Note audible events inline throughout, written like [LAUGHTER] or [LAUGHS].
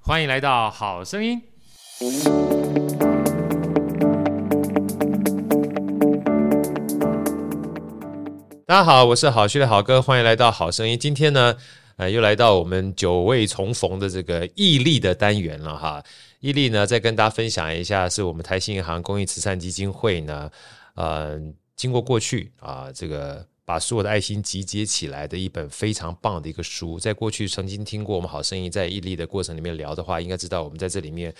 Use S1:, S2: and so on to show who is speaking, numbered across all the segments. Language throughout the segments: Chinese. S1: 欢迎来到《好声音》。大家好，我是好趣的好哥，欢迎来到《好声音》。今天呢，呃，又来到我们久未重逢的这个毅力的单元了哈。毅力呢，再跟大家分享一下，是我们台新银行公益慈善基金会呢，呃，经过过去啊、这个把所有的爱心集结起来的一本非常棒的一个书。在过去曾经听过我们好声音在毅力的过程里面聊的话，应该知道我们在这里面。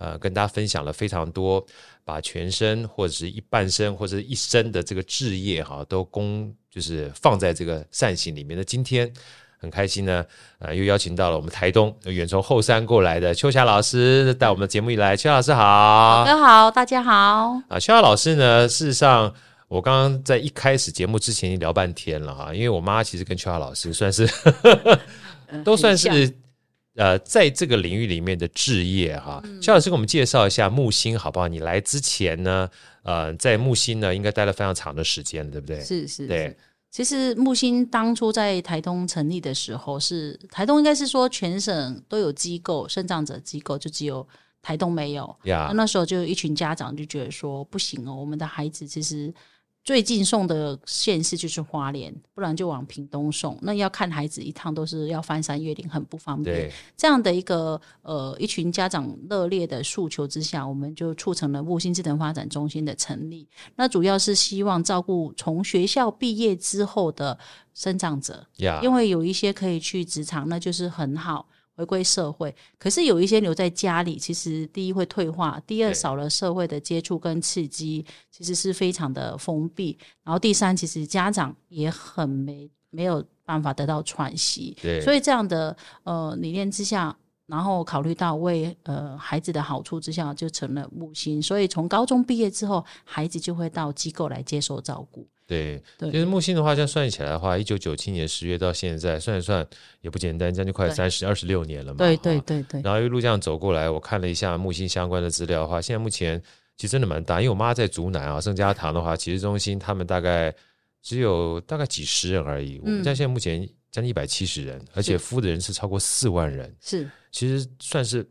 S1: 呃，跟大家分享了非常多，把全身或者是一半身或者是一生的这个置业哈，都公就是放在这个善行里面。那今天很开心呢，呃，又邀请到了我们台东呃远从后山过来的秋霞老师，带我们的节目一来，秋霞老师好，
S2: 哥好，大家好。
S1: 啊，肖老师呢，事实上我刚刚在一开始节目之前已经聊半天了哈，因为我妈其实跟肖老师算是 [LAUGHS] 都算
S2: 嗯很
S1: 是呃在这个领域里面的置业哈。
S2: 嗯
S1: 肖、老师给我们介绍一下木星好不好？你来之前呢，呃，在木星呢应该待了非常长的时间了，对不对？
S2: 是是
S1: 对
S2: 是。其实木星当初在台东成立的时候是，台东应该是说全省都有机构，生长者机构就只有台东没有。
S1: 呀
S2: 那那时候就有一群家长就觉得说，不行哦，我们的孩子其实最近送的县市就是花莲，不然就往屏东送。那要看孩子一趟都是要翻山越岭，很不方便。
S1: 对
S2: 这样的一个呃一群家长热烈的诉求之下，我们就促成了木星智能发展中心的成立。那主要是希望照顾从学校毕业之后的生长者，
S1: 呀
S2: 因为有一些可以去职场，那就是很好。回归社会，可是有一些留在家里，其实第一会退化，第二
S1: 对
S2: 少了社会的接触跟刺激，其实是非常的封闭。然后第三，其实家长也很没没有办法得到喘息。
S1: 对，
S2: 所
S1: 以
S2: 以这样的呃理念之下，然后考虑到为呃孩子的好处之下，就成了木星。所以从高中毕业之后，孩子就会到机构来接受照顾。
S1: 对，
S2: 对
S1: 其实木星的话，这样算起来的话，一九九七年十月到现在，算一算也不简单，将近快
S2: 对
S1: 三十二十六年了嘛。
S2: 对
S1: 哈
S2: 对对对，
S1: 然后一路这样走过来，我看了一下木星相关的资料的话，现在目前其实真的蛮大，因为我妈在竹南啊，圣家堂的话，其实中心他们大概只有大概几十人而已，我们
S2: 嗯
S1: 家现在目前将近一百七十人，而且服务的人是超过四万人，
S2: 是
S1: 其实算是。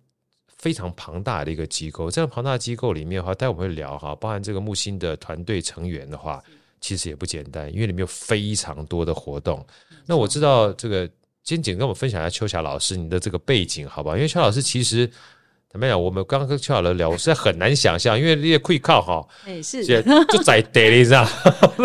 S1: 非常庞大的一个机构，这样庞大的机构里面的话，待会我们会聊哈，包含这个木星的团队成员的话，其实也不简单，因为里面有非常多的活动。那我知道这个，先简跟我们分享一下秋霞老师你的这个背景，好不好？因为秋老师其实坦白讲，我们刚刚跟秋老师聊，我实在很难想象，因为那些会靠哈，
S2: 哎是，
S1: 这就在得了，你知道，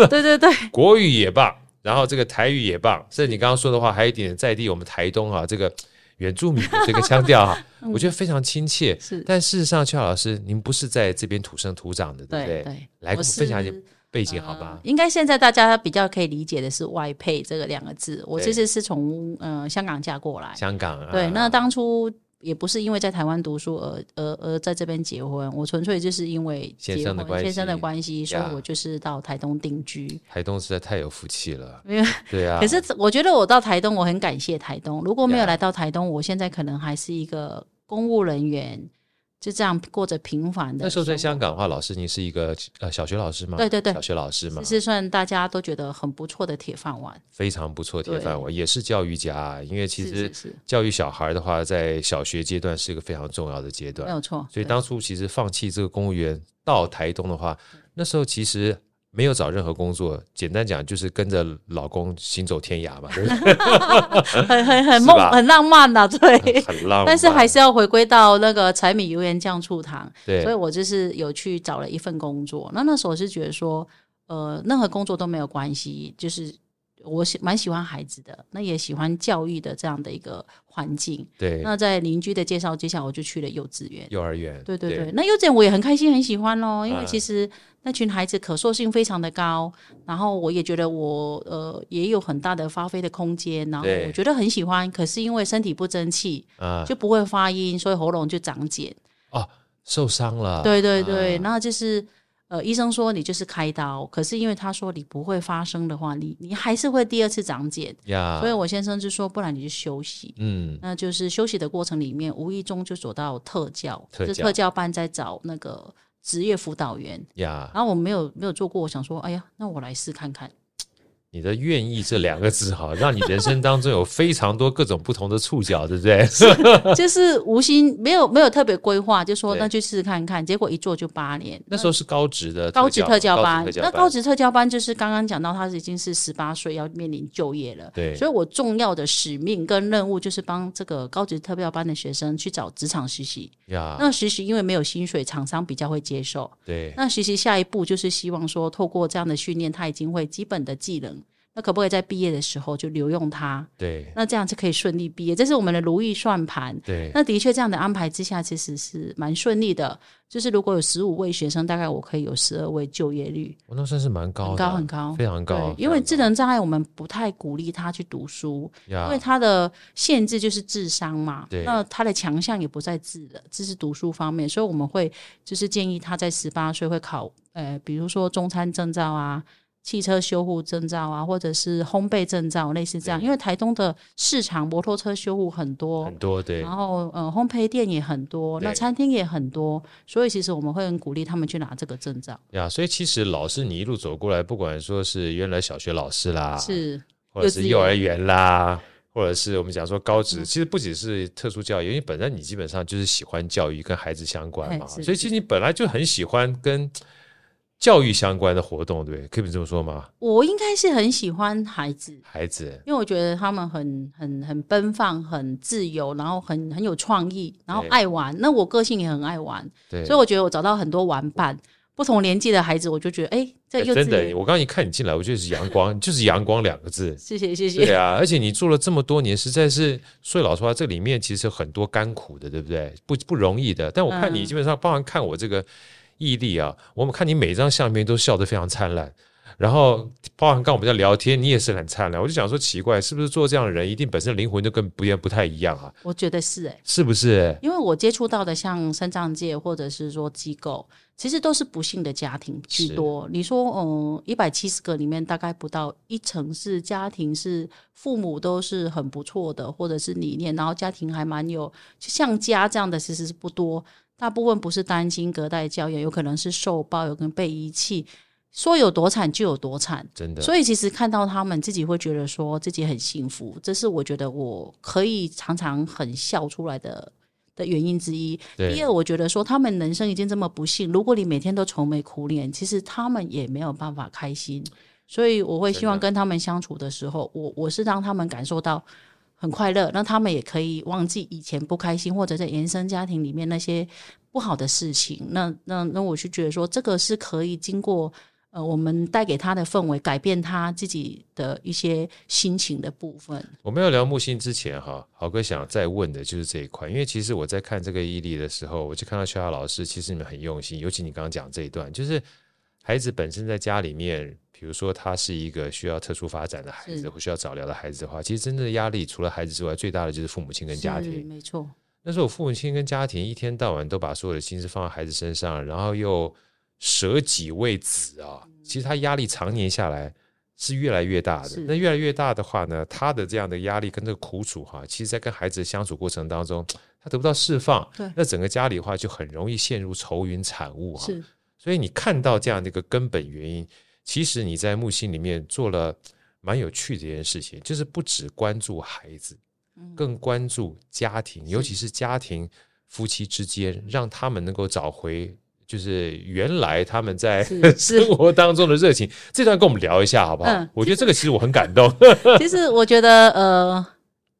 S2: 对对对，
S1: 国语也棒，然后这个台语也棒，甚至你刚刚说的话，还有一点在地我们台东啊，这个原住民的这个腔调
S2: [LAUGHS]
S1: 哈、我觉得非常亲切。
S2: 嗯是，
S1: 但事实上，邱老师，您不是在这边土生土长的，对不对？
S2: 对对，
S1: 来跟
S2: 我
S1: 我
S2: 是
S1: 分享一下背景好
S2: 呃
S1: 吗？
S2: 应该现在大家比较可以理解的是“外配”这个两个字。我
S1: 对
S2: 其实是从呃香港嫁过来，
S1: 香港啊，
S2: 对，那当初也不是因为在台湾读书而而而在这边结婚，我纯粹就是因为结
S1: 先生的
S2: 婚
S1: 关系
S2: 先生的关系，所以
S1: 呀
S2: 我就是到台东定居。
S1: 台东实在太有福气了，
S2: 没有
S1: 对啊。
S2: [LAUGHS] 可是我觉得我到台东，我很感谢台东。如果没有
S1: 呀
S2: 来到台东，我现在可能还是一个公务人员，就这样过着平凡的。
S1: 那时候在香港的话，老师您是一个呃小学老师吗？
S2: 对对对
S1: 小学老师嘛
S2: 这，是算大家都觉得很不错的铁饭碗。
S1: 非常不错的铁
S2: 对
S1: 饭碗，也是教育家啊。因为其
S2: 是
S1: 实
S2: 是是
S1: 教育小孩的话，在小学阶段是一个非常重要的阶
S2: 没
S1: 段，
S2: 有错。
S1: 所以
S2: 对
S1: 当初其实放弃这个公务员到台东的话，
S2: 嗯
S1: 那时候其实没有找任何工作，简单讲就是跟着老公行走天涯嘛，对不对？
S2: 很很很
S1: 是
S2: 梦
S1: 吧嗯
S2: 很浪漫呐、 [LAUGHS] [LAUGHS] 对。
S1: 很浪漫，
S2: 但是还是要回归到那个柴米油盐酱醋糖，
S1: 对
S2: 所以我就是有去找了一份工作。那那时候是觉得说，呃，任何工作都没有关系，就是我喜蛮喜欢孩子的，那也喜欢教育的这样的一个环境。
S1: 对
S2: 那在邻居的介绍之下，我就去了幼稚园。
S1: 幼儿园，
S2: 对对对，那幼稚园我也很开心，很喜欢咯，因为
S1: 嗯
S2: 其实那群孩子可塑性非常的高，然后我也觉得我呃也有很大的发挥的空间，然后
S1: 对
S2: 我觉得很喜欢，可是因为身体不争气，
S1: 啊
S2: 就不会发音，所以喉咙就长茧。
S1: 哦受伤了，
S2: 对对对，
S1: 啊
S2: 那就是呃，医生说你就是开刀，可是因为他说你不会发声的话，你你还是会第二次长茧，
S1: 呀，
S2: 所以我先生就说，不然你就休息。
S1: 啊嗯
S2: 那就是休息的过程里面，无意中就走到特教，
S1: 特
S2: 就是
S1: 教
S2: 特教班在找那个职业辅导员。
S1: 呀啊
S2: 然后我没有没有做过，我想说，哎呀，那我来试看看。 [LAUGHS]
S1: 你的“愿意”这两个字哈，让你人生当中有非常多各种不同的触角，对不对？ [LAUGHS]
S2: 就是无心没有没有特别规划，就说
S1: 对
S2: 那去试试看看，结果一做就八年。
S1: 那时候是高职的
S2: 高职特教班
S1: 高职，特
S2: 那
S1: 教
S2: 高职特教班就是刚刚讲到，他已经是十八岁要面临就业了。
S1: 对
S2: 所以我重要的使命跟任务就是帮这个高职特教班的学生去找职场实习。
S1: 呀，
S2: 那实习因为没有薪水，厂商比较会接受。
S1: 啊对
S2: 那实习下一步就是希望说，透过这样的训练，他已经会基本的技能，那可不可以在毕业的时候就留用他？
S1: 对
S2: 那这样就可以顺利毕业，这是我们的如意算盘。
S1: 对，
S2: 那的确，这样的安排之下，其实是蛮顺利的。就是如果有十五位学生，大概我可以有十二位就业率，
S1: 我那算是蛮高
S2: 很
S1: 的
S2: 高
S1: 啊，
S2: 很高，
S1: 非常高
S2: 对，因为
S1: 非
S2: 智能障碍，我们不太鼓励他去读书，
S1: 呀
S2: 因为他的限制就是智商嘛。
S1: 对
S2: 那他的强项也不在智的，这是读书方面，所以我们会就是建议他在十八岁会考，呃，比如说中餐证照啊。汽车修护证照啊，或者是烘焙证照，类似这样。因为台东的市场摩托车修护很多，
S1: 很多对
S2: 然后呃，烘焙店也很多，那
S1: 对
S2: 餐厅也很多，所以其实我们会很鼓励他们去拿这个证照。
S1: 呀，所以其实老师你一路走过来，不管说是原来小学老师啦，
S2: 是，
S1: 或者是
S2: 幼
S1: 幼
S2: 稚园嗯
S1: 儿园啦，或者是我们讲说高职，其实不只是特殊教育，因为本身你基本上就是喜欢教育跟孩子相关嘛，
S2: 哎是
S1: 所以其实你本来就很喜欢跟教育相关的活动，对不对，可以这么说吗？
S2: 我应该是很喜欢孩子，
S1: 孩子，
S2: 因为我觉得他们很很很奔放、很自由，然后很很有创意，然后
S1: 对
S2: 爱玩。那我个性也很爱玩，
S1: 对，
S2: 所以我觉得我找到很多玩伴。不同年纪的孩子，我就觉得，哎、在
S1: 哎
S2: 幼
S1: 真
S2: 稚
S1: 的，
S2: 园，
S1: 我刚刚一看你进来，我就是阳光， [LAUGHS] 就是阳光两个字。
S2: 谢谢 [LAUGHS] 谢
S1: 对
S2: 谢，
S1: 啊， [LAUGHS] 而且你做了这么多年，实在是说老实话，这里面其实很多甘苦的，对不对？不不容易的。但我看你
S2: 嗯
S1: 基本上，包含看我这个毅力啊，我们看你每一张相片都笑得非常灿烂。然后，包含刚我们在聊天，你也是很灿烂。我就想说，奇怪，是不是做这样的人，一定本身灵魂就跟不不太一样啊？
S2: 我觉得是哎、
S1: 是不是？
S2: 因为我接触到的像生长界或者是说机构，其实都是不幸的家庭居多。你说，嗯，一百七十个里面大概不到一成是家庭是父母都是很不错的，或者是理念，然后家庭还蛮有像家这样的其实是不多。大部分不是担心隔代教养，有可能是受暴，有可能被遗弃，说有多惨就有多惨。
S1: 真的，
S2: 所以其实看到他们自己会觉得说自己很幸福，这是我觉得我可以常常很笑出来的的原因之一。第
S1: 对
S2: 二，我觉得说他们人生已经这么不幸，如果你每天都愁眉苦脸，其实他们也没有办法开心。所以我会希望
S1: 真的
S2: 跟他们相处的时候，我我是让他们感受到很快乐，让他们也可以忘记以前不开心，或者在原生家庭里面那些不好的事情。那那那，我是觉得说这个是可以经过。呃，我们带给他的氛围，改变他自己的一些心情的部分。
S1: 我们要聊木星之前哈，豪哥想再问的就是这一块，因为其实我在看这个毅力的时候，我就看到邱亚老师，其实你们很用心，尤其你刚刚讲这一段，就是孩子本身在家里面，比如说他是一个需要特殊发展的孩子，
S2: 是
S1: 或需要早疗的孩子的话，其实真正的压力除了孩子之外，最大的就是父母亲跟家
S2: 是
S1: 庭。
S2: 没错，
S1: 那时候我父母亲跟家庭一天到晚都把所有的心思放在孩子身上，然后又舍己为子
S2: 嗯
S1: 啊，其实他压力常年下来是越来越大的
S2: 是。
S1: 那越来越大的话呢，他的这样的压力跟这个苦楚哈、其实在跟孩子的相处过程当中，他得不到释放，
S2: 对
S1: 那整个家里的话就很容易陷入愁云惨雾哈、
S2: 是
S1: 所以你看到这样的一个根本原因，其实你在木星里面做了蛮有趣的一件事情，就是不只关注孩子，
S2: 嗯
S1: 更关注家庭，尤其是家庭夫妻之间，让他们能够找回。就是原来他们在 [LAUGHS]
S2: 是是
S1: 生活当中的热情，这段跟我们聊一下好不好？
S2: 嗯
S1: 我觉得这个其实我很感动。 [LAUGHS]
S2: 其实我觉得，呃，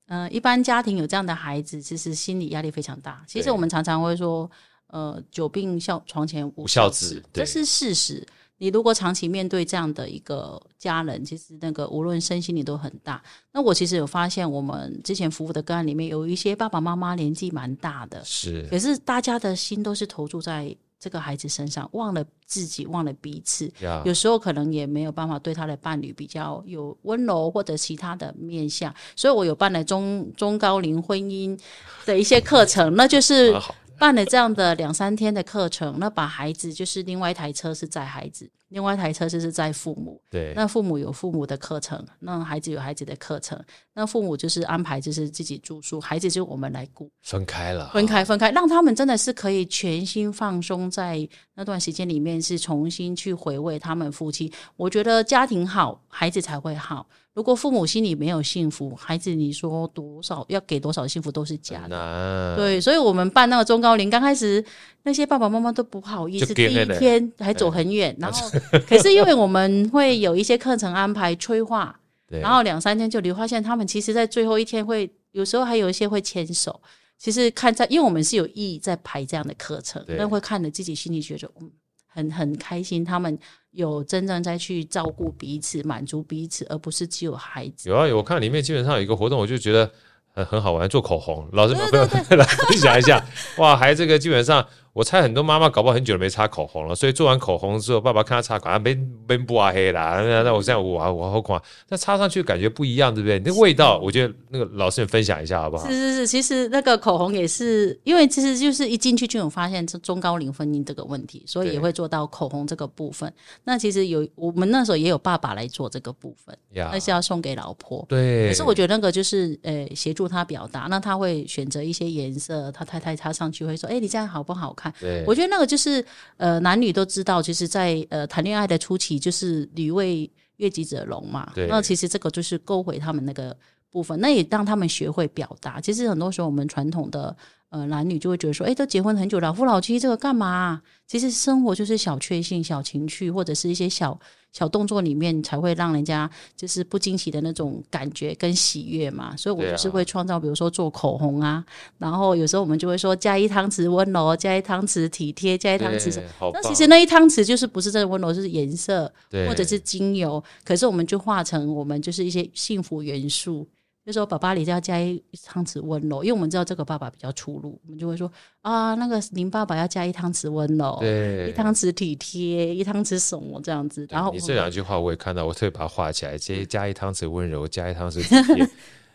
S2: 呃，一般家庭有这样的孩子，其实心理压力非常大。其实
S1: 对
S2: 我们常常会说，呃，久病孝床前
S1: 无
S2: 无
S1: 孝
S2: 孝
S1: 子
S2: 子，
S1: 对
S2: 这是事实。你如果长期面对这样的一个家人，其实那个无论身心里都很大。那我其实有发现，我们之前服务的个案里面，有一些爸爸妈妈年纪蛮大的，
S1: 是
S2: 可是大家的心都是投注在这个孩子身上，忘了自己，忘了彼此。
S1: 呀，
S2: 有时候可能也没有办法对他的伴侣比较有温柔或者其他的面向，所以我有办了中中高龄婚姻的一些课程，那就是
S1: 蛮好。
S2: 办了这样的两三天的课程，那把孩子就是另外一台车是载孩子，另外一台车就是载父母，
S1: 对，
S2: 那父母有父母的课程，那孩子有孩子的课程，那父母就是安排就是自己住宿，孩子就我们来顾，
S1: 分开了，
S2: 分开分开，让他们真的是可以全心放松，在那段时间里面是重新去回味他们夫妻。我觉得家庭好，孩子才会好。如果父母心里没有幸福，孩子你说多少要给多少幸福都是假
S1: 很
S2: 的。
S1: 难，
S2: 对，所以我们办那个中高龄，刚开始那些爸爸妈妈都不好意
S1: 就
S2: 思，
S1: 给
S2: 第
S1: 那
S2: 一
S1: 个嗯啊
S2: 天还走很远，然后可是因为我们会有一些课程安排催化，
S1: [LAUGHS] 对，
S2: 然后两三天就留，发现他们其实在最后一天会，有时候还有一些会牵手。其实看在，因为我们是有意在排这样的课程，
S1: 对
S2: 那会看得自己心里觉得，嗯，很很开心，他们有真正在去照顾彼此、满足彼此，而不是只有孩子。
S1: 有啊，有我看里面基本上有一个活动，我就觉得很很好玩，做口红。老师们朋友来分享一下，哇，还这个基本上，我猜很多妈妈搞不好很久没擦口红了，所以做完口红之后，爸爸看她擦口红，没没不啊黑啦，那那我这样我啊我好看，那擦上去感觉不一样，对不对？那味道，我觉得那个老师们分享一下好不好
S2: 是？是是，其实那个口红也是，因为其实就是一进去就有发现这中高龄婚姻这个问题，所以
S1: 对
S2: 也会做到口红这个部分。那其实有我们那时候也有爸爸来做这个部分，
S1: 呀
S2: 那，是要送给老婆。
S1: 啊对，
S2: 可是我觉得那个就是呃，协助他表达，那他会选择一些颜色，他太太插上去会说，哎、你这样好不好看？
S1: 对，
S2: 我觉得那个就是呃，男女都知道，就是在呃谈恋爱的初期，就是女为悦己者容嘛
S1: 对。
S2: 那其实这个就是勾回他们那个部分，那也让他们学会表达。其实很多时候我们传统的呃男女就会觉得说，哎，都结婚很久，老夫老妻这个干嘛啊、其实生活就是小确幸、小情趣，或者是一些小小动作里面，才会让人家就是不惊喜的那种感觉跟喜悦嘛。所以我
S1: 对啊
S2: 就是会创造，比如说做口红啊，然后有时候我们就会说加一汤匙温柔，加一汤匙体贴，加一汤匙什
S1: 对
S2: 么。
S1: 好
S2: 那
S1: 棒，
S2: 其实那一汤匙就是不是真的温柔，就是颜色
S1: 对
S2: 或者是精油，可是我们就化成我们就是一些幸福元素。就说爸爸，你要加一汤匙温柔，因为我们知道这个爸爸比较粗鲁，我们就会说啊，那个您爸爸要加一汤匙温柔，
S1: 对
S2: 一汤匙体贴，一汤匙什么这样子。
S1: 对
S2: 然后嗯
S1: 你
S2: 我
S1: 这两句话我也看到，我特别把它画起来，加加一汤匙温柔，加一汤匙体
S2: [LAUGHS]
S1: 贴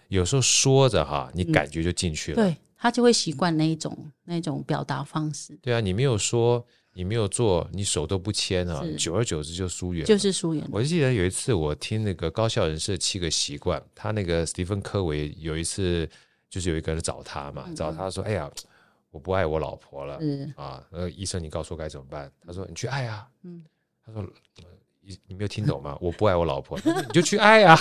S1: 有时候说着哈，
S2: 嗯
S1: 你感觉就进去了。
S2: 对他就会习惯那一种那一种表达方式，
S1: 对啊，你没有说，你没有做，你手都不牵啊，久而久之就疏远了。
S2: 就是疏远。
S1: 嗯我记得有一次我听那个高效人士的七个习惯，他那个史蒂芬科维有一次就是有一个人找他
S2: 嗯
S1: 嘛，找他说：“哎呀，我不爱我老婆了
S2: 是
S1: 啊。”那个医生，你告诉我该怎么办？他说：“你去爱啊。”
S2: 嗯
S1: 他说：“呃你你没有听懂吗？我不爱我老婆，他说你就去爱啊。”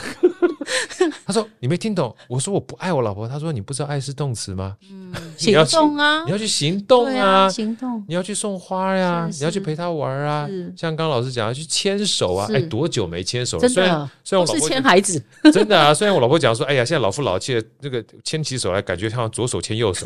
S1: [LAUGHS] 他说：“你没听懂。”我说：“我不爱我老婆。”他说：“你不知道爱是动词吗？你
S2: 行
S1: 要去
S2: 动啊，
S1: 你要去行动
S2: 对
S1: 啊
S2: 啊，行动。
S1: 你要去送花呀，
S2: 是
S1: 你要去陪他玩啊
S2: 是。
S1: 像刚老师讲，要去牵手啊，
S2: 是
S1: 哎，多久没牵手了？
S2: 真的
S1: 虽然虽然我老
S2: 都是
S1: 婆
S2: 牵孩子， [LAUGHS]
S1: 真的啊，虽然我老婆讲说，哎呀，现在老夫老妻的这个牵起手来，感觉像左手牵
S2: [LAUGHS]
S1: 右手，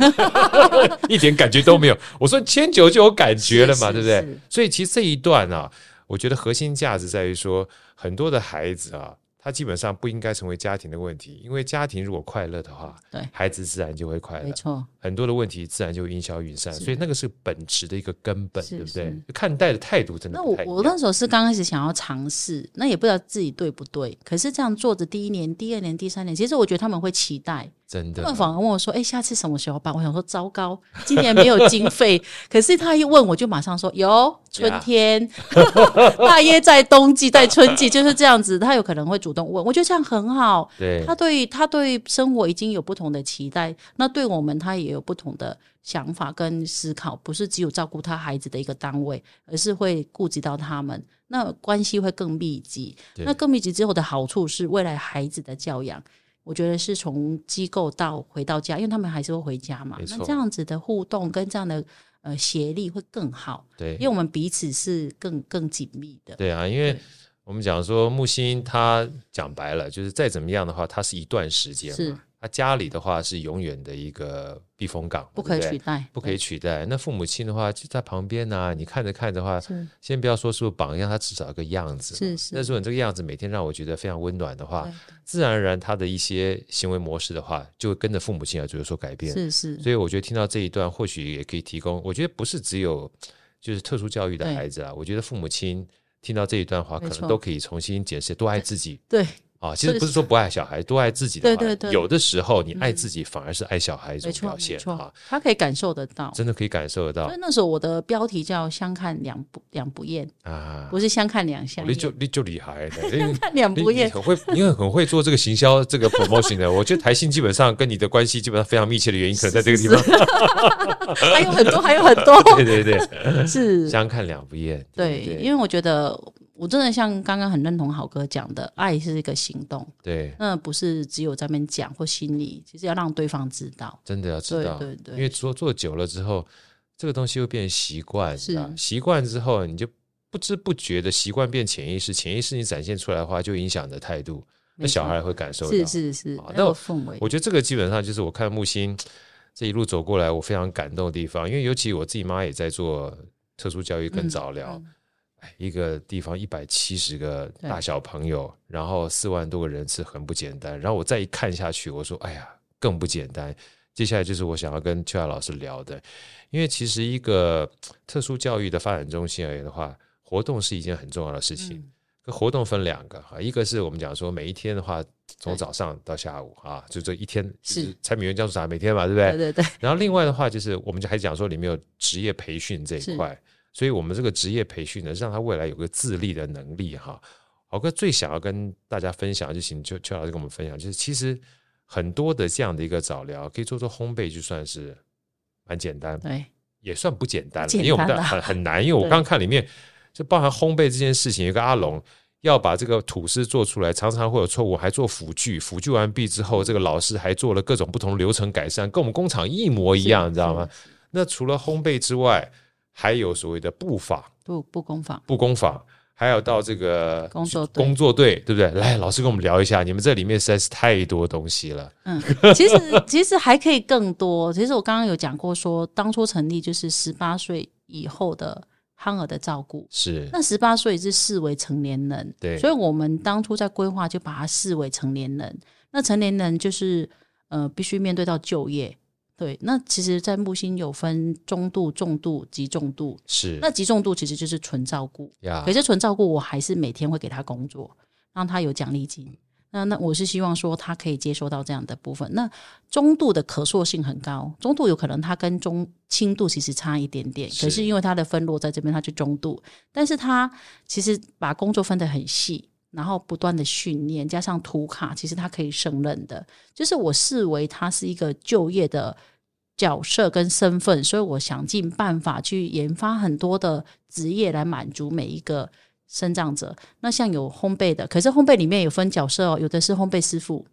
S1: 一点感觉都没有。我说牵久就有感觉了嘛，对
S2: 是是
S1: 不对
S2: 是？
S1: 所以其实这一段啊，我觉得核心价值在于说，很多的孩子啊。他基本上不应该成为家庭的问题，因为家庭如果快乐的话，
S2: 对
S1: 孩子自然就会快乐
S2: 没。错，
S1: 很多的问题自然就因消云散，所以那个是本质的一个根本，
S2: 是
S1: 对不对
S2: 是？
S1: 就看待的态度真的
S2: 那
S1: 不
S2: 我
S1: 太一
S2: 我
S1: 样
S2: 那时候是刚开始想要尝试，那也不知道自己对不对。可是这样做着第一年、第二年、第三年，其实我觉得他们会期待，
S1: 真
S2: 他
S1: 的
S2: 们反而问我说：“哎、下次什么时候办？”我想说：“糟糕，今年没有经费。”可是他一问，我就马上说：“有春天，大约在冬季，在春季就是这样子。”他有可能会主动问，我觉得这样很好。
S1: 对
S2: 他对他对生活已经有不同的期待，那对我们他也有不同的想法跟思考，不是只有照顾他孩子的一个单位，而是会顾及到他们，那关系会更密集。
S1: 对
S2: 那更密集之后的好处是未来孩子的教养。我觉得是从机构到回到家，因为他们还是会回家嘛
S1: 没。
S2: 那
S1: 错
S2: 这样子的互动跟这样的呃协力会更好，
S1: 对
S2: 因为我们彼此是更更紧密的。
S1: 对啊，因为
S2: 对
S1: 我们讲说木星，他讲白了，就是再怎么样的话，他是一段时间
S2: 是
S1: 嘛，他家里的话是永远的一个避风港，
S2: 不可以
S1: 对
S2: 取
S1: 对
S2: 代，
S1: 不可以取代。那父母亲的话就在旁边呢、你看着看着的话，
S2: 是
S1: 先不要说是不是榜样，他至少有个样子嘛。
S2: 是是
S1: 那如果你这个样子每天让我觉得非常温暖的话
S2: 对，
S1: 自然而然他的一些行为模式的话，就会跟着父母亲而有所改变。
S2: 是是，
S1: 所以我觉得听到这一段，或许也可以提供。我觉得不是只有就是特殊教育的孩子啊，我觉得父母亲听到这一段话，可
S2: 没错
S1: 能都可以重新检视，多爱自己
S2: 对
S1: 啊，其实不是说不爱小孩，多爱自己的
S2: 对
S1: 话，
S2: 对对嗯
S1: 有的时候你爱自己反而是爱小孩一种
S2: 没错
S1: 表
S2: 没
S1: 现
S2: 错
S1: 啊，，
S2: 他可以感受得到。
S1: 真的可以感受得到
S2: 所以那时候我的标题叫“相看两不两不厌”，
S1: 啊。
S2: 不是相看两相
S1: 你就
S2: 厌，
S1: 你就厉害了，
S2: [LAUGHS]
S1: 你
S2: 看两
S1: 你
S2: 不
S1: 你 [LAUGHS]
S2: 厌。
S1: 很会，你很很会做这个行销这个 promotion 的。我觉得台信基本上跟你的关系基本上非常密切的原因，可能在这个地方。
S2: 还有很多，还有很多
S1: [LAUGHS] 对对对，
S2: 是，
S1: 相看两不厌。
S2: 对，因为我觉得我真的像刚刚很认同好哥讲的，爱是一个行动，
S1: 对，
S2: 那不是只有在那边讲或心里，其实要让对方知道。
S1: 真的要知
S2: 对
S1: 道，
S2: 对
S1: 因
S2: 对，
S1: 为做做久了之后，这个东西会变成习惯，
S2: 是
S1: 你知道习惯之后，你就不知不觉的习惯变潜意识，潜意识你展现出来的话，就影响你的态度，那
S2: 没
S1: 小
S2: 错
S1: 孩会感受到。
S2: 是是是
S1: 啊，
S2: 那
S1: 那
S2: 有
S1: 我
S2: 氛围
S1: 我觉得这个基本上就是我看木星这一路走过来，我非常感动的地方，因为尤其我自己妈也在做特殊教育跟早疗，
S2: 嗯
S1: 哎一个地方一百七十个
S2: 对
S1: 大小朋友，然后四万多个人次，很不简单。然后我再一看下去，我说，哎呀，更不简单。接下来就是我想要跟邱亚老师聊的，因为其实一个特殊教育的发展中心而言的话，活动是一件很重要的事情。
S2: 嗯
S1: 可活动分两个哈，一个是我们讲说每一天的话，从
S2: 对
S1: 早上到下午啊，就这一天
S2: 是
S1: 就产品原教授啥每天嘛，对不
S2: 对
S1: 对？
S2: 对对，
S1: 然后另外的话就是，我们就还讲说里面有职业培训这一块，所以我们这个职业培训呢，让他未来有个自立的能力哈。豪哥最想要跟大家分享，就请邱邱老师跟我们分享，就是其实很多的这样的一个早疗，可以做做烘焙，就算是蛮简单，
S2: 对
S1: 也算不简单了，
S2: 不简
S1: 因为我们
S2: 单
S1: 的
S2: 啦
S1: 很很难，因为我
S2: 对
S1: 刚看里面就包含烘焙这件事情，有一个阿龙要把这个吐司做出来，常常会有错误，还做辅具，辅具完毕之
S2: 嗯
S1: 后，这个老师还做了各种不同流程改善，跟我们工厂一模一样，你知道吗？？
S2: 是是
S1: 那除了烘焙之外，还有所谓的布法、
S2: 不不攻防，
S1: 布工坊，还有到这个
S2: 工作队
S1: 工作队，对不对？来，老师跟我们聊一下，你们这里面实在是太多东西了，
S2: 嗯， [LAUGHS] 其实其实还可以更多。其实我刚刚有讲过说当初成立就是十八岁以后的憨儿的照顾。
S1: 是
S2: 那十八岁是视为成年人，
S1: 对
S2: 所以我们当初在规划就把它视为成年人。那成年人就是呃，必须面对到就业。对，那其实，在木星有分中度、重度、极重度。
S1: 是
S2: 那极重度其实就是纯照顾，
S1: 呀
S2: 可，是纯照顾我还是每天会给他工作，让他有奖励金。那那我是希望说他可以接收到这样的部分。那中度的可塑性很高，中度有可能他跟中轻度其实差一点点，
S1: 是
S2: 可是因为他的分落在这边，他就中度。但是他其实把工作分得很细，然后不断的训练，加上图卡，其实他可以胜任的。就是我视为他是一个就业的角色跟身份，所以我想尽办法去研发很多的职业来满足每一个生长者。那像有烘焙的，可是烘焙里面有分角色哦，有的是烘焙师傅。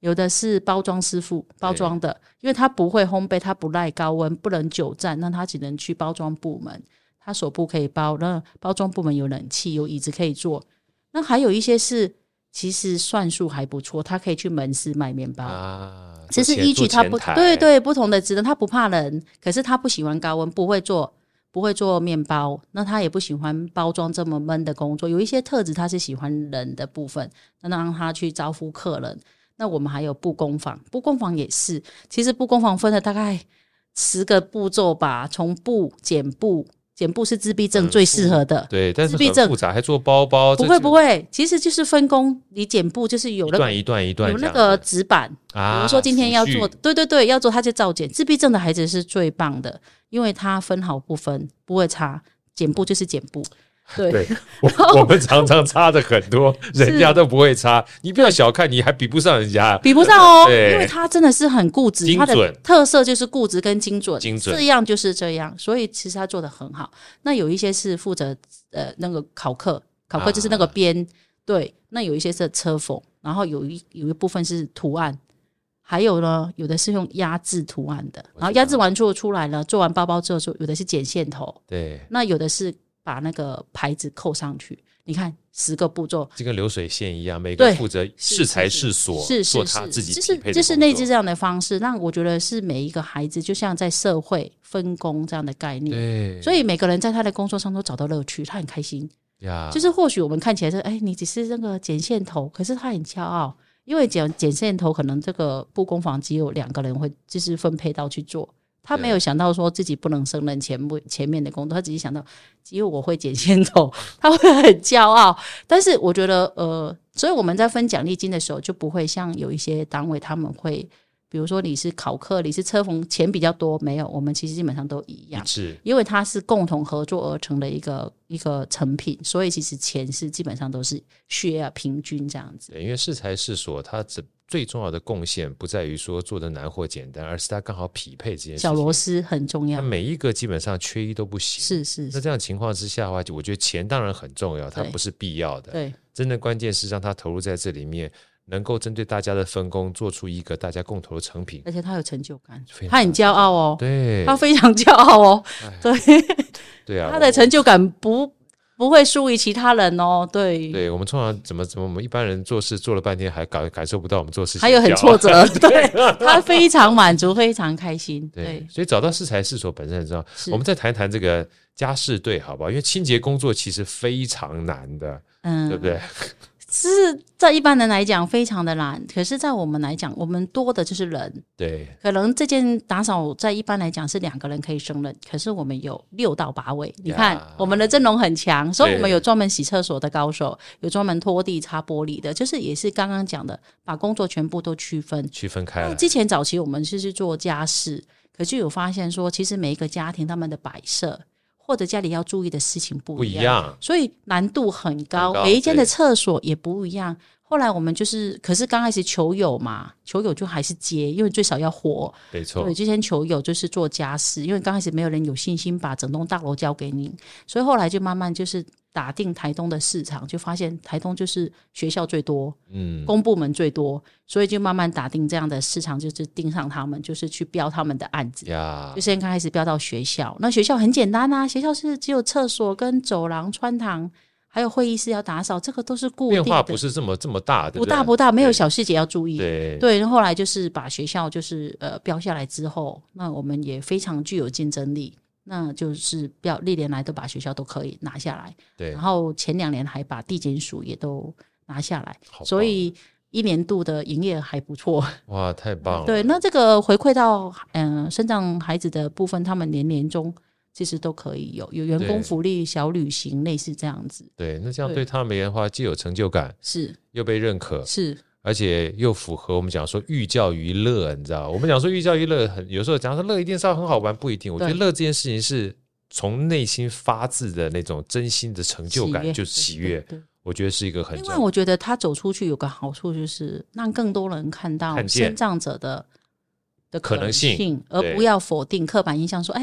S2: 有的是包装师傅包装的，因为他不会烘焙，他不耐高温，不能久站，那他只能去包装部门。他手部可以包，那包装部门有冷气，有椅子可以坐。那还有一些是其实算术还不错，他可以去门市卖面包。
S1: 啊，
S2: 只是
S1: 做前
S2: 依据
S1: 做
S2: 他
S1: 前
S2: 不
S1: 台
S2: 对对不同的职能，他不怕人，可是他不喜欢高温，不会做不会做面包，那他也不喜欢包装这么闷的工作。有一些特质他是喜欢人的部分，那让他去招呼客人。那我们还有布工坊，布工坊也是，其实布工坊分了大概十个步骤吧，从布剪布，剪布是自闭症
S1: 嗯
S2: 最适合的。
S1: 对，但是
S2: 自闭
S1: 很
S2: 症
S1: 复杂，还做包包，
S2: 不
S1: 这
S2: 会
S1: 这
S2: 不会，其实就是分工。你剪布就是有
S1: 一
S2: 那个
S1: 段一段一段
S2: 有
S1: 这
S2: 那
S1: 样
S2: 个
S1: 子
S2: 纸板，
S1: 啊，
S2: 比如说今天要做
S1: 的
S2: [LAUGHS] 的，对对对，要做他就照剪。自闭症的孩子是最棒的，因为他分毫不分，不会差，剪布就是剪布。对，
S1: 对，我我们常常差的很
S2: [LAUGHS]
S1: 多，人家都不会差。你不要小看，你还比不上人家。
S2: 比不上哦，
S1: 对
S2: 因为他真的是很固执，
S1: 精
S2: 他
S1: 准
S2: 的特色就是固执跟精准，
S1: 精准
S2: 这样就是这样，所以其实他做的很好。那有一些是负责呃那个考课，考课就是那
S1: 啊
S2: 个边、对，那有一些是车缝，然后有一有一部分是图案。还有呢，有的是用压制图案的，然后压制完做出来呢，做完包包之后，就有的是剪线头，
S1: 对，
S2: 那有的是把那个牌子扣上去。你看十个步骤，
S1: 就跟流水线一样，每个人
S2: 对
S1: 负责
S2: 是
S1: 适才
S2: 是
S1: 适所，
S2: 是是
S1: 做
S2: 是
S1: 他自己
S2: 就是
S1: 匹配的
S2: 就是
S1: 工
S2: 类
S1: 作
S2: 似这样的方式，让我觉得是每一个孩子，就像在社会分工这样的概念。
S1: 对，
S2: 所以每个人在他的工作上都找到乐趣，他很开心。
S1: 呀，
S2: 就是或许我们看起来是，哎，你只是那个剪线头，可是他很骄傲，因为剪剪线头可能这个布工坊只有两个人会就是分配到去做，他没有想到说自己不能胜任前部前面的工作，他只 [LAUGHS] 是想到只有我会剪线头，他会很骄傲。但是我觉得，呃，所以我们在分奖励金的时候，就不会像有一些单位他们会，比如说你是考课，你是车缝钱比较多，没有，我们其实基本上都一
S1: 一
S2: 样。
S1: 致
S2: 因为它是共同合作而成的一个一个成品，所以其实钱是基本上都是 share 平均这样子。
S1: 对，因为适才适所，它最最重要的贡献不在于说做的难或简单，而是它刚好匹配这件事情。
S2: 小螺丝很重
S1: 它
S2: 要，
S1: 每一个基本上缺一都不行。
S2: 是是
S1: 那
S2: 是，
S1: 这样情况之下的话，我觉得钱当然很重要，它
S2: 对
S1: 不是必要的。
S2: 对
S1: 真的关键是让它投入在这里面，能够针对大家的分工做出一个大家共同的成品。
S2: 而且他有成就感
S1: 非，常
S2: 他很骄傲哦，
S1: 对哎
S2: 他，非常骄傲哦，对，
S1: 对啊，
S2: 他
S1: 我
S2: 的成就感不不会输于其他人哦，对，
S1: 对我们通常怎么怎么，我们一般人做事做了半天还感感受不到我们做事情
S2: 还有很
S1: 骄傲
S2: 挫折，对他非常满足，非常开心，
S1: 对
S2: 对，，
S1: 所以找到适才适所本身很重要。
S2: 是
S1: 我们再谈谈这个家事队，好不好？因为清洁工作其实非常难的，
S2: 嗯，
S1: 对不对？
S2: 是在一般人来讲非常的难，可是，在我们来讲，我们多的就是人，
S1: [LAUGHS] 对，
S2: 可能这件打扫在一般来讲是两个人可以胜任，可是我们有六到八位。你看我们的阵容很强，所以我们有专门洗厕所的高手，有专门拖地、擦玻璃的，就是也是刚刚讲的，把工作全部都区分。
S1: 区分开来，
S2: 之前早期我们是是做家事，可就有发现说，其实每一个家庭他们的摆设或者家里要注意的事情不
S1: 不
S2: 一
S1: 一
S2: 样，
S1: 样。
S2: 所以难度很高，
S1: 很高
S2: 每一间
S1: 对
S2: 的厕所也不一样。后来我们就是，可是刚开始球友嘛，球友就还是接，因为最少要活。
S1: 没错
S2: 对，，之前球友就是做家事，因为刚开始没有人有信心把整栋大楼交给你，所以后来就慢慢就是打定台东的市场，就发现台东就是学校最多，
S1: 嗯，
S2: 公部门最多，所以就慢慢打定这样的市场，就是盯上他们，就是去标他们的案子。
S1: 呀
S2: 就，先刚开始标到学校，那学校很简单啊，学校是只有厕所跟走廊、穿堂，还有会议室要打扫，这个都是固定
S1: 变
S2: 的，
S1: 化不是这么这么大，对
S2: 不
S1: 对
S2: 大不大，没有
S1: 对
S2: 小细节要注意。
S1: 对
S2: 对，然后后来就是把学校就是呃标下来之后，那我们也非常具有竞争力，那就是标历年来都把学校都可以拿下来，
S1: 对
S2: 然，后前两年还把地检署也都拿下来，
S1: 好棒哦
S2: 所以一年度的营业额还不错。
S1: 哇，太棒了。
S2: 对，那这个回馈到嗯、呃生长孩子的部分，他们年年中其实都可以有有员
S1: 对
S2: 工福利、小旅行，类似这样子，
S1: 对，那这样对
S2: 对
S1: 他们而言的话，既有成就感，
S2: 是
S1: 又被认可，
S2: 是
S1: 而且又符合我们讲说寓教于乐，你知道？我们讲说寓教于乐很，有时候讲说乐一定是要很好玩，不一定。我觉得
S2: 对
S1: 乐这件事情是从内心发自的那种真心的成就
S2: 喜
S1: 感，
S2: 悦
S1: 就是喜
S2: 对
S1: 悦，
S2: 对对
S1: 我觉得是一个很
S2: 另
S1: 重
S2: 外，
S1: 要。
S2: 我觉得他走出去有个好处，就是让更多人看到
S1: 看见
S2: 生长者的的
S1: 可能
S2: 能
S1: 性
S2: 而
S1: 对
S2: 不要否定刻板印象说，哎。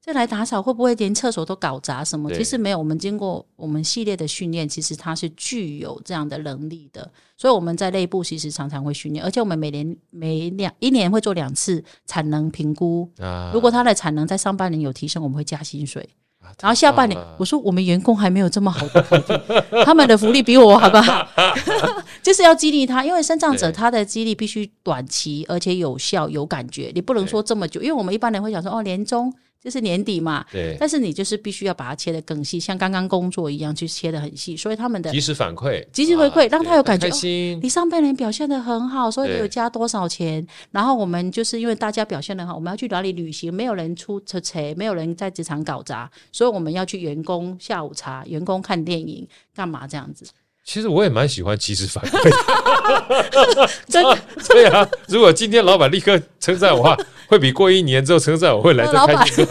S2: 这来打扫会不会连厕所都搞砸什么？
S1: 对
S2: 其实没有，我们经过我们系列的训练，其实他是具有这样的能力的。所以我们在内部其实常常会训练，而且我们每年每两一年会做两次产能评估。
S1: 啊
S2: 如果他的产能在上半年有提升，我们会加薪水。
S1: 啊太
S2: 然后下半年
S1: 棒了，
S2: 我说我们员工还没有这么好的福利，他们的福利比我好不好？
S1: [LAUGHS]
S2: [LAUGHS] 就是要激励他，因为生长者
S1: 对
S2: 他的激励必须短期而且有效有感觉，你不能说这么久，因为我们一般人会想说哦年终就是年底嘛，
S1: 对
S2: 但是你就是必须要把它切得更细，像刚刚工作一样去切得很细，所以他们的
S1: 及时反馈，啊
S2: 及时回馈让
S1: 对
S2: 他有感觉哦
S1: 开心
S2: 你，上半年表现的很好，所以你
S1: 对
S2: 有加多少钱？然后我们就是因为大家表现的好，我们要去哪里旅行？没有人出车车，没有人在职场搞砸，所以我们要去员工下午茶、员工看电影，干嘛这样子？ [LAUGHS]
S1: 其实我也蛮喜欢及时反馈 [LAUGHS] 的。
S2: 真的，
S1: 对啊，如果今天老板立刻称赞我的话，会比过一年之后称赞我会来
S2: 那老
S1: 的
S2: 板
S1: 开心。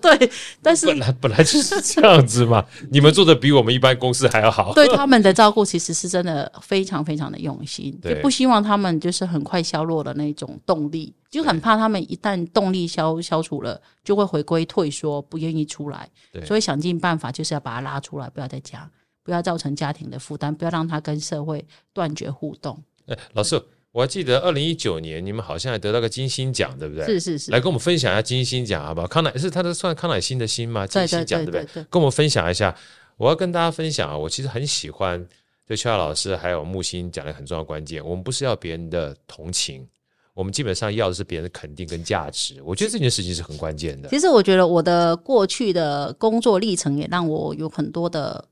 S2: 对，但是
S1: 本来本来就是这样子
S2: [LAUGHS]
S1: 嘛，你们做的比我们一般公司还要 [LAUGHS] 好。
S2: 对他们的照顾其实是真的非常非常的用心，就
S1: 对
S2: 不希望他们就是很快消落的那种动力，就很怕他们一旦动力消消除了，就会回归退缩，不愿意出来
S1: 对。
S2: 所以想尽办法就是要把他拉出来，不要在家，不要造成家庭的负担，不要让他跟社会断绝互动。
S1: 哎，老师，我还记得二零一九年你们好像还得到个金星奖，对不对？
S2: 是是是
S1: 来，跟我们分享一下金星奖好不好？康乃是他的算康乃馨的馨吗？金
S2: 对
S1: 星
S2: 对
S1: 奖
S2: 对
S1: 不对
S2: 对？对，
S1: 跟我们分享一下。我要跟大家分享啊，我其实很喜欢对邱亚老师还有木星讲的很重要的关键，我们不是要别人的同情，我们基本上要的是别人的肯定跟价值。我觉得这件事情是很关键的。
S2: 其实我觉得我的过去的工作历程也让我有很多的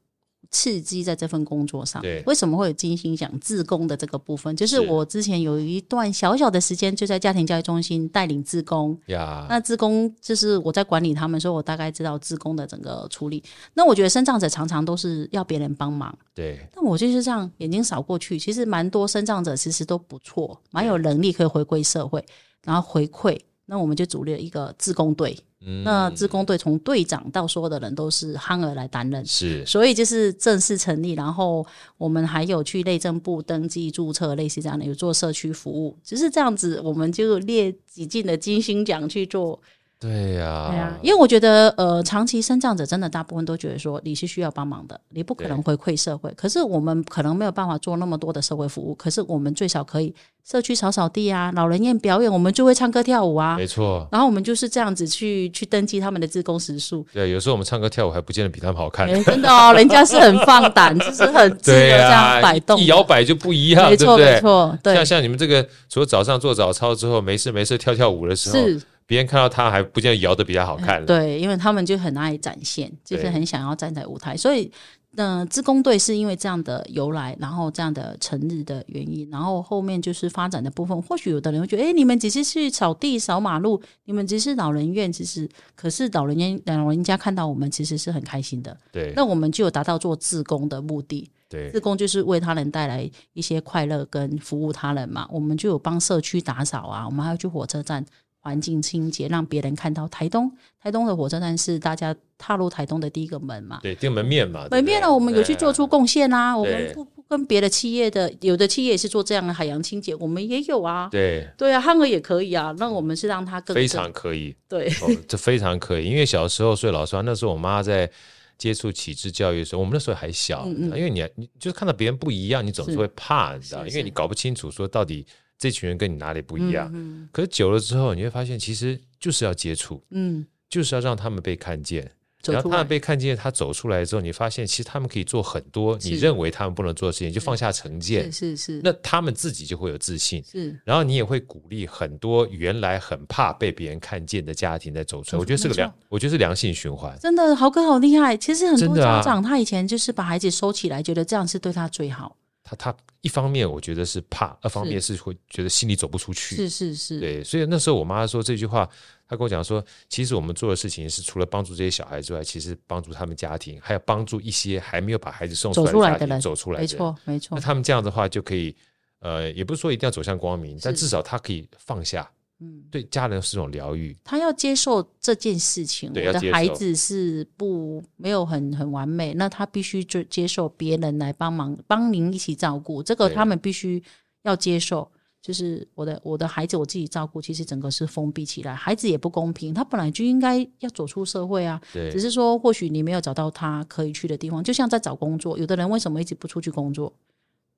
S2: 刺激在这份工作上
S1: 对。
S2: 为什么会有金星讲自工的这个部分？就是
S1: 是
S2: 我之前有一段小小的时间就在家庭教育中心带领自工，
S1: 呀，
S2: 那自工就是我在管理他们，所以我大概知道自工的整个处理。那我觉得生障者常常都是要别人帮忙，
S1: 对
S2: 但我就是这样眼睛扫过去，其实蛮多生障者其实都不错，蛮有能力可以回归社会，然后回馈。那我们就组了一个自工队，那自工队从队长到所有的人都是憨儿来担任，
S1: 是
S2: 所以就是正式成立，然后我们还有去内政部登记注册，类似这样的，有做社区服务，只是这样子，我们就列几进的金星奖去做。
S1: 对呀，
S2: 对啊，因为我觉得呃，长期生长者真的大部分都觉得说你是需要帮忙的，你不可能回馈社会，可是我们可能没有办法做那么多的社会服务，可是我们最少可以社区扫扫地啊，老人院表演，我们就会唱歌跳舞啊。
S1: 没错。
S2: 然后我们就是这样子去去登记他们的自工时
S1: [LAUGHS]
S2: 数，
S1: 对，有时候我们唱歌跳舞还不见得比他们好看。
S2: 哎，真的哦，人家是很放
S1: [LAUGHS]
S2: 胆，就是很自由
S1: 对
S2: 这
S1: 呀、
S2: 样摆动的，
S1: 一摇摆就不一样，
S2: 没
S1: 对不
S2: 错
S1: 对？
S2: 没错，对
S1: 像，像你们这个，除了早上做早操之后，没事没事跳跳舞的时候，
S2: 是，
S1: 别人看到他还不见得摇的比他好看。
S2: 对，因为他们就很爱展现，就是
S1: 对
S2: 很想要站在舞台，所以。嗯、呃，自工队是因为这样的由来，然后这样的成立的原因，然后后面就是发展的部分。或许有的人会觉得，哎，你们只是去扫地、扫马路，你们只是老人院，其实可是老人院老人家看到我们其实是很开心的。
S1: 对
S2: 那我们就有达到做自工的目的。
S1: 对
S2: 自工就是为他人带来一些快乐跟服务他人嘛。我们就有帮社区打扫啊，我们还要去火车站环境清洁，让别人看到台东。台东的火车站是大家踏入台东的第一个门嘛。
S1: 对，定门面嘛。对
S2: 门
S1: 不对
S2: 面呢，我们有去做出贡献啊。我
S1: 对
S2: 们不不跟别的企业的，有的企业也是做这样的海洋清洁，我们也有啊。
S1: 对
S2: 对啊，汉儿也可以啊。那我们是让他更
S1: 非常可以。
S2: 对
S1: 哦，这非常可以，因为小时候，所以老实话，那时候我妈在接触启智教育的时候，我们那时候还小，啊
S2: 嗯嗯
S1: 因为你你就是看到别人不一样，你总是
S2: 是
S1: 会怕，你知道，
S2: 是
S1: 因为
S2: 是
S1: 你搞不清楚说到底这群人跟你哪里不一样。
S2: 嗯
S1: 可是久了之后，你会发现其实就是要接触，
S2: 嗯，嗯
S1: 就是要让他们被看见。
S2: 走
S1: 然后
S2: 出
S1: 他
S2: 来
S1: 们。被看见，他走出来之后，你发现其实他们可以做很多你
S2: 是
S1: 认为他们不能做的事情，就放下成见
S2: 是，是是，
S1: 那他们自己就会有自信。
S2: 是
S1: 然后你也会鼓励很多原来很怕被别人看见的家庭在走出来，
S2: 走出
S1: 我觉得是个
S2: 没错
S1: 良，我觉得是良性循环。
S2: 真的，豪哥好厉害。其实很
S1: 真
S2: 多
S1: 的啊
S2: 家长他以前就是把孩子收起来，觉得这样是对他最好。
S1: 他他一方面我觉得是怕，二方面是会觉得心里走不出去。
S2: 是是是，
S1: 对，所以那时候我妈说这句话，她跟我讲说，其实我们做的事情是除了帮助这些小孩之外，其实帮助他们家庭，还有帮助一些还没有把孩子送
S2: 走出来
S1: 家
S2: 的
S1: 庭
S2: 人
S1: 走出来的
S2: 没
S1: 人。
S2: 错没错
S1: 那，他们这样的话就可以，呃，也不是说一定要走向光明，但
S2: 是
S1: 至少他可以放下，
S2: 嗯，
S1: 对家人是一种疗愈。
S2: 他要接受这件事情。
S1: 对
S2: 我
S1: 要接
S2: 的
S1: 受
S2: 孩子是不没有很很完美，那他必须就接受别人来帮忙，帮您一起照顾。这个
S1: 对
S2: 他们必须要接受。就是我的我的孩子我自己照顾，其实整个是封闭起来，孩子也不公平，他本来就应该要走出社会啊。
S1: 对
S2: 只，是说或许你没有找到他可以去的地方，就像在找工作，有的人为什么一直不出去工作，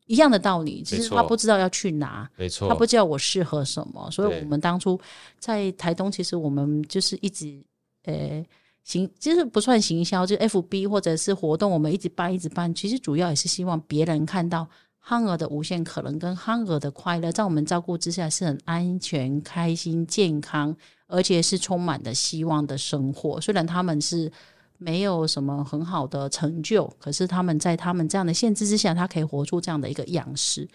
S2: 一样的道理，只
S1: 没
S2: 是
S1: 错
S2: 他不知道要去哪。
S1: 没错，
S2: 他不知道我适合什么，所
S1: 对
S2: 以我们当初在台东，其实我们就是一直呃行，就是不算行销，就是 FB 或者是活动，我们一直办一直办。其实主要也是希望别人看到憨儿的无限可能跟憨儿的快乐，在我们照顾之下是很安全、开心、健康，而且是充满了希望的生活。虽然他们是。没有什么很好的成就，可是他们在他们这样的限制之下，他可以活出这样的一个样式，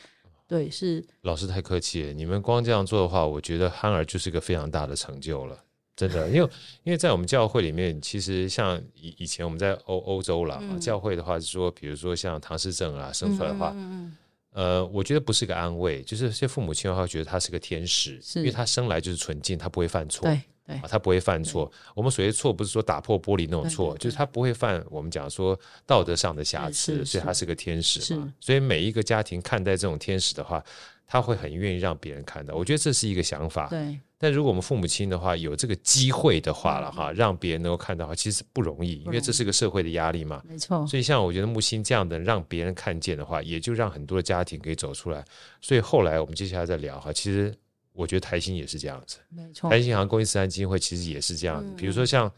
S2: 对，是
S1: 老师太客气了，你们光这样做的话，我觉得憨儿就是一个非常大的成就了，真的。因为因为在我们教会里面，其实像以以前我们在欧欧洲啦、
S2: 嗯
S1: 教会的话是说，比如说像唐氏症啊生出来的话，
S2: 嗯嗯嗯
S1: 呃，我觉得不是个安慰，就是有些父母亲的话觉得他是个天使，
S2: 是
S1: 因为他生来就是纯净，他不会犯错。
S2: 对对
S1: 啊，他不会犯错。我们所谓错，不是说打破玻璃那种
S2: 对对
S1: 错，
S2: 对
S1: 就是他不会犯我们讲说道德上的瑕
S2: 对
S1: 疵，
S2: 是
S1: 所以
S2: 是
S1: 他是个天使嘛
S2: 是。
S1: 所以每一个家庭看待这种天使的话，他会很愿意让别人看到。我觉得这是一个想法。
S2: 对，
S1: 但如果我们父母亲的话有这个机会的话
S2: 嗯
S1: 了哈，让别人能够看到的话，其实不容易，因为这是个社会的压力嘛。
S2: 没错，
S1: 所以，像我觉得木星这样的让别人看见的话，也就让很多的家庭可以走出来。所以后来我们接下来再聊哈，其实我觉得台新也是这样子。
S2: 没错嗯
S1: 台，新航公益慈善基金会其实也是这样子，比如说像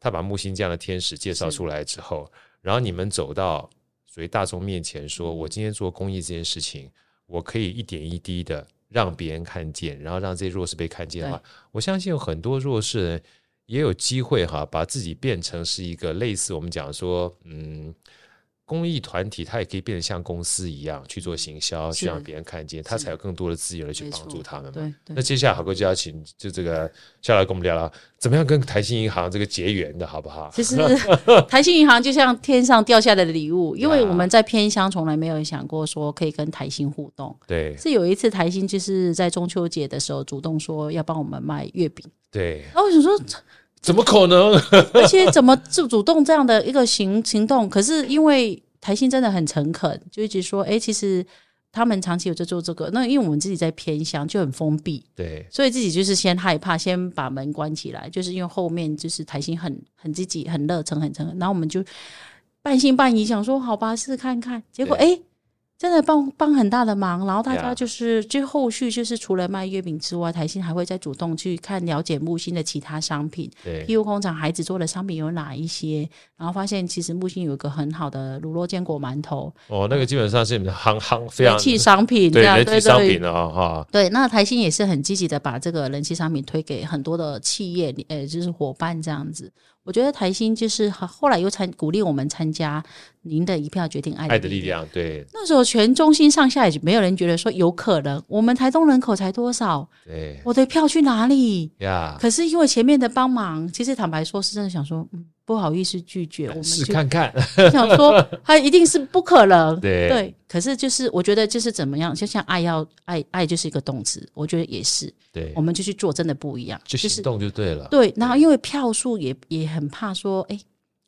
S1: 他把木星这样的天使介绍
S2: 是
S1: 出来之后，然后你们走到所谓大众面前说，
S2: 嗯
S1: 我今天做公益这件事情，我可以一点一滴的让别人看见，然后让这些弱势被看见的话，我相信有很多弱势人也有机会哈，把自己变成是一个类似我们讲说，嗯。公益团体它也可以变得像公司一样去做行销，去
S2: 是
S1: 让别人看见，它才有更多的资源来去
S2: 没
S1: 帮
S2: 错
S1: 助他们嘛。
S2: 对
S1: 那
S2: 对，
S1: 接下来好哥就要请就这个夏来跟我们聊聊，怎么样跟台新银行这个结缘的好不好？[LAUGHS]
S2: 其实台新银行就像天上掉下来的礼物，因为我们在偏乡从来没有想过说可以跟台新互动。
S1: 对
S2: 是有一次台新就是在中秋节的时候主动说要帮我们卖月饼，
S1: 对，
S2: 然后我想说 [LAUGHS]
S1: 怎么可能？
S2: 而且怎么主主动这样的一个行行动？可是因为台新真的很诚恳，就一直说，哎、其实他们长期有在做这个。那因为我们自己在偏乡就很封闭，
S1: 对
S2: 所以自己就是先害怕，先把门关起来，就是因为后面就是台新很很积极、很热诚、很诚恳，然后我们就半信半疑，想说好吧，试试看看。结果哎、诶真的帮帮很大的忙，然后大
S1: Yeah
S2: 家就是就后续就是除了卖月饼之外，台新还会再主动去看了解木星的其他商品，
S1: 对
S2: 譬如工厂孩子做的商品有哪一些，然后发现其实木星有一个很好的乳酪坚果馒头，
S1: 哦，那个基本上是你们的行行非
S2: 人
S1: 常
S2: 气商品这
S1: 对
S2: 样，
S1: 人
S2: 对
S1: 气商
S2: 对
S1: 品。了啊哈，
S2: 对，那台新也是很积极的把这个人气商品推给很多的企业，呃，就是伙伴这样子。我觉得台新就是后后来又参鼓励我们参加您的一票决定爱
S1: 爱的力。量，对
S2: 那时候全中心上下也没有人觉得说有可能，我们台东人口才多少，
S1: 对
S2: 我的票去哪里？
S1: 呀，
S2: 可是因为前面的帮忙，其实坦白说，是真的想说，嗯，不好意思拒绝，我们
S1: 试
S2: 就
S1: 看看，
S2: 想
S1: [LAUGHS]
S2: 说，他一定是不可能。
S1: 对
S2: 可是就是我觉得就是怎么样，就像爱要爱爱就是一个动词，我觉得也是，
S1: 对
S2: 我，们就去做，真的不一样，
S1: 就是行动就对了，
S2: 对。然后因为票数也也很怕说，哎、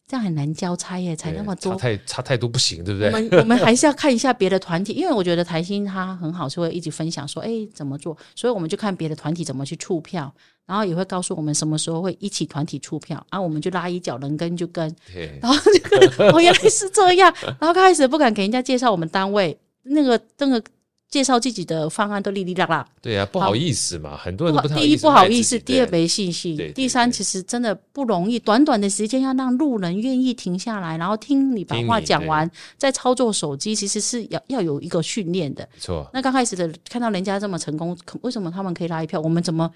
S2: 这样很难交差耶，才
S1: 对
S2: 那么
S1: 差
S2: 多。
S1: 太差太多不行，对不对？
S2: 我
S1: [LAUGHS]
S2: 们我们还是要看一下别的团体，因为我觉得台新它很好，是会一直分享说，哎、怎么做，所以我们就看别的团体怎么去触票，然后也会告诉我们什么时候会一起团体触票，啊，我们就拉一脚，能跟就跟，
S1: 对
S2: 然后这个 [LAUGHS] 哦原来是这样，然后刚开始不敢给人家介绍我们单位，那个那个介绍自己的方案都哩哩啦啦，
S1: 对啊，不好意思嘛，很多人
S2: 不
S1: 都不
S2: 好
S1: 太
S2: 第一不好意
S1: 卖
S2: 思，
S1: 自己
S2: 第二
S1: 对
S2: 没信心
S1: 对对，
S2: 第三
S1: 对
S2: 其实真的不容易，短短的时间要让路人愿意停下来，然后听你把
S1: 听
S2: 话
S1: 你
S2: 讲
S1: 对
S2: 完，再操作手机，其实是要要有一个训练的。
S1: 没错，
S2: 那刚开始的看到人家这么成功，可为什么他们可以拉一票，我们怎么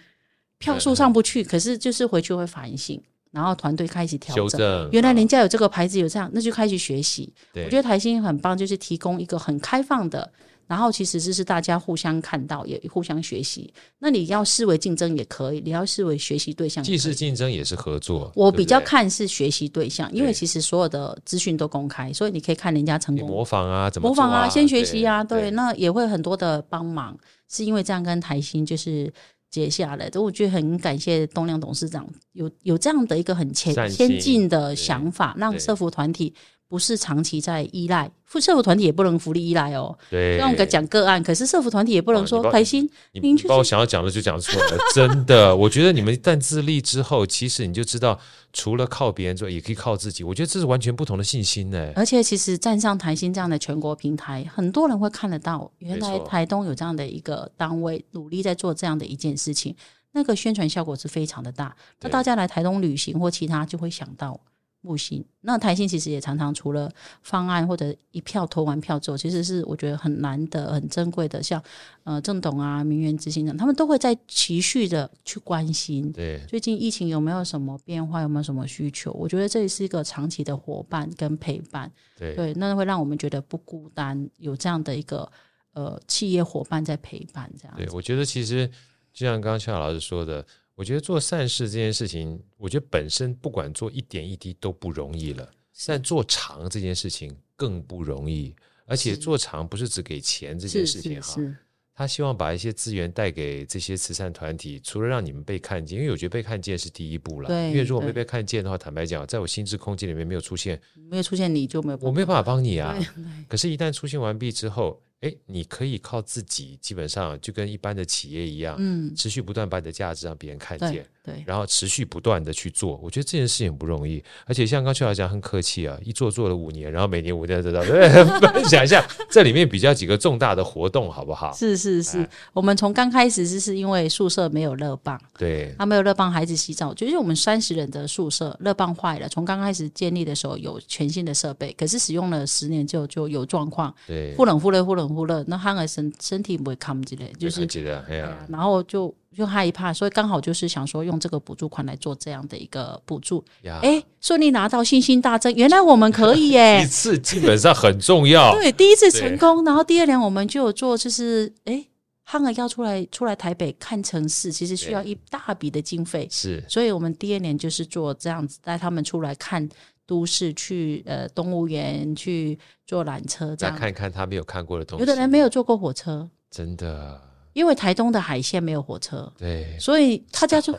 S2: 票数上不去？可是就是回去会反省，然后团队开始调
S1: 修
S2: 整。
S1: 正，
S2: 原来
S1: 啊
S2: 人家有这个牌子有这样，那就开始学习。
S1: 对
S2: 我觉得台新很棒，就是提供一个很开放的，然后其实就是大家互相看到，也互相学习。那你要视为竞争也可以，你要视为学习对象也可以。
S1: 既是竞争也是合作，
S2: 我
S1: 对不
S2: 比较
S1: 对
S2: 看是学习对象，因为
S1: 对
S2: 其实所有的资讯都公开，所以你可以看人家成
S1: 你
S2: 功
S1: 模仿啊，怎么
S2: 模仿
S1: 做
S2: 啊，
S1: 啊，
S2: 先学习啊，对，那也会很多的帮忙，是因为这样跟台新就是结下来的，我觉得很感谢东亮董事长有有这样的一个很前
S1: 善心
S2: 先进的
S1: 对
S2: 想法，让
S1: 对
S2: 社服团体不是长期在依赖，社社服团体也不能福利依赖哦。
S1: 对，
S2: 让我们讲个案，可是社服团体也不
S1: 哇
S2: 能
S1: 你
S2: 说
S1: 把
S2: 台新
S1: 你
S2: 您
S1: 你
S2: 就是
S1: 把我想要讲的就讲出来
S2: [LAUGHS]
S1: 了，真的，我觉得你们一旦自立之后，其实你就知道，除了靠别人之外，也可以靠自己。我觉得这是完全不同的信心呢。
S2: 而且其实站上台新这样的全国平台，很多人会看得到，原
S1: 没
S2: 来
S1: 错
S2: 台东有这样的一个单位努力在做这样的一件事情，那个宣传效果是非常的大。那
S1: 对
S2: 大家来台东旅行或其他，就会想到木星。那台新其实也常常除了方案或者一票投完票之后，其实是我觉得很难得、很珍贵的，像呃郑董啊、名媛之星等，他们都会在持续的去关心。
S1: 对，
S2: 最近疫情有没有什么变化？有没有什么需求？我觉得这也是一个长期的伙伴跟陪伴，
S1: 对，
S2: 对，那会让我们觉得不孤单，有这样的一个呃企业伙伴在陪伴，这样
S1: 对，我觉得其实就像刚刚邱小老师说的，我觉得做善事这件事情，我觉得本身不管做一点一滴都不容易了，但做长这件事情更不容易。而且
S2: 是
S1: 做长不是只给钱这件
S2: 是
S1: 事情
S2: 是
S1: 哈，
S2: 是，
S1: 他希望把一些资源带给这些慈善团体，除了让你们被看见，因为我觉得被看见是第一步了。
S2: 对
S1: 因为如果没被
S2: 对
S1: 看见的话，坦白讲，在我心智空间里面没有出现，
S2: 没有出现你就没有办法
S1: 我没有办法帮你啊
S2: 对。
S1: 可是，一旦出现完毕之后，哎，你可以靠自己，基本上就跟一般的企业一样，
S2: 嗯，
S1: 持续不断把你的价值让别人看见
S2: 对。对
S1: 然后持续不断的去做，我觉得这件事情不容易，而且像刚邱老师讲很客气啊，一做做了五年，然后每年五年得到， [LAUGHS] 分享一下这里面比较几个重大的活动好不好？
S2: 是是是
S1: 哎，
S2: 我们从刚开始就是因为宿舍没有热棒，
S1: 对
S2: 他没有热棒，孩子洗澡，就是我们三十人的宿舍热棒坏了，从刚开始建立的时候有全新的设备，可是使用了十年就就有状况。
S1: 对，
S2: 忽冷忽热，忽冷忽热，那憨儿身身体不会扛起来，就
S1: 对
S2: 是
S1: 记得，哎
S2: 对
S1: 呀
S2: 啊，然后就就害怕，所以刚好就是想说用这个补助款来做这样的一个补助，
S1: 呀，
S2: 哎，顺利拿到，信心大增，原来我们可以
S1: [LAUGHS]
S2: 耶
S1: 一！次基本上很重要。
S2: 哎对，第一次
S1: 对
S2: 成功，然后第二年我们就有做，就是哎，汉儿要出来出来台北看城市，其实需要一大笔的经
S1: [LAUGHS]
S2: 费，
S1: 是
S2: 所以我们第二年就是做这样子，带他们出来看都市，去呃动物园去坐缆车这
S1: 来
S2: 样。
S1: 看看他没有看过的东西。
S2: 有的人没有坐过火车，
S1: 真的，
S2: 因为台东的海线没有火车，
S1: 对，
S2: 所以大
S1: [LAUGHS]
S2: 家就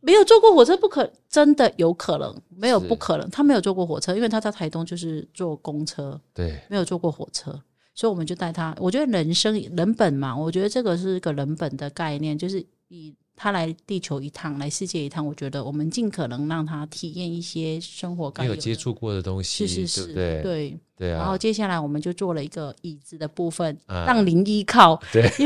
S2: 没有坐过火车，不可真的有可能没有
S1: 是
S2: 不可能，他没有坐过火车，因为他在台东就是坐公车，
S1: 对，
S2: 没有坐过火车，所以我们就带他。我觉得人生人本嘛，我觉得这个是一个人本的概念，就是以他来地球一趟，来世界一趟，我觉得我们尽可能让他体验一些生活该
S1: 没有
S2: 的
S1: 接，触过的东西，
S2: 是
S1: 对
S2: 是是，
S1: 不对？
S2: 对。
S1: 对
S2: 然
S1: 啊
S2: 后，接下来我们就做了一个椅子的部分，
S1: 啊
S2: 让您依靠，
S1: 对，
S2: [LAUGHS]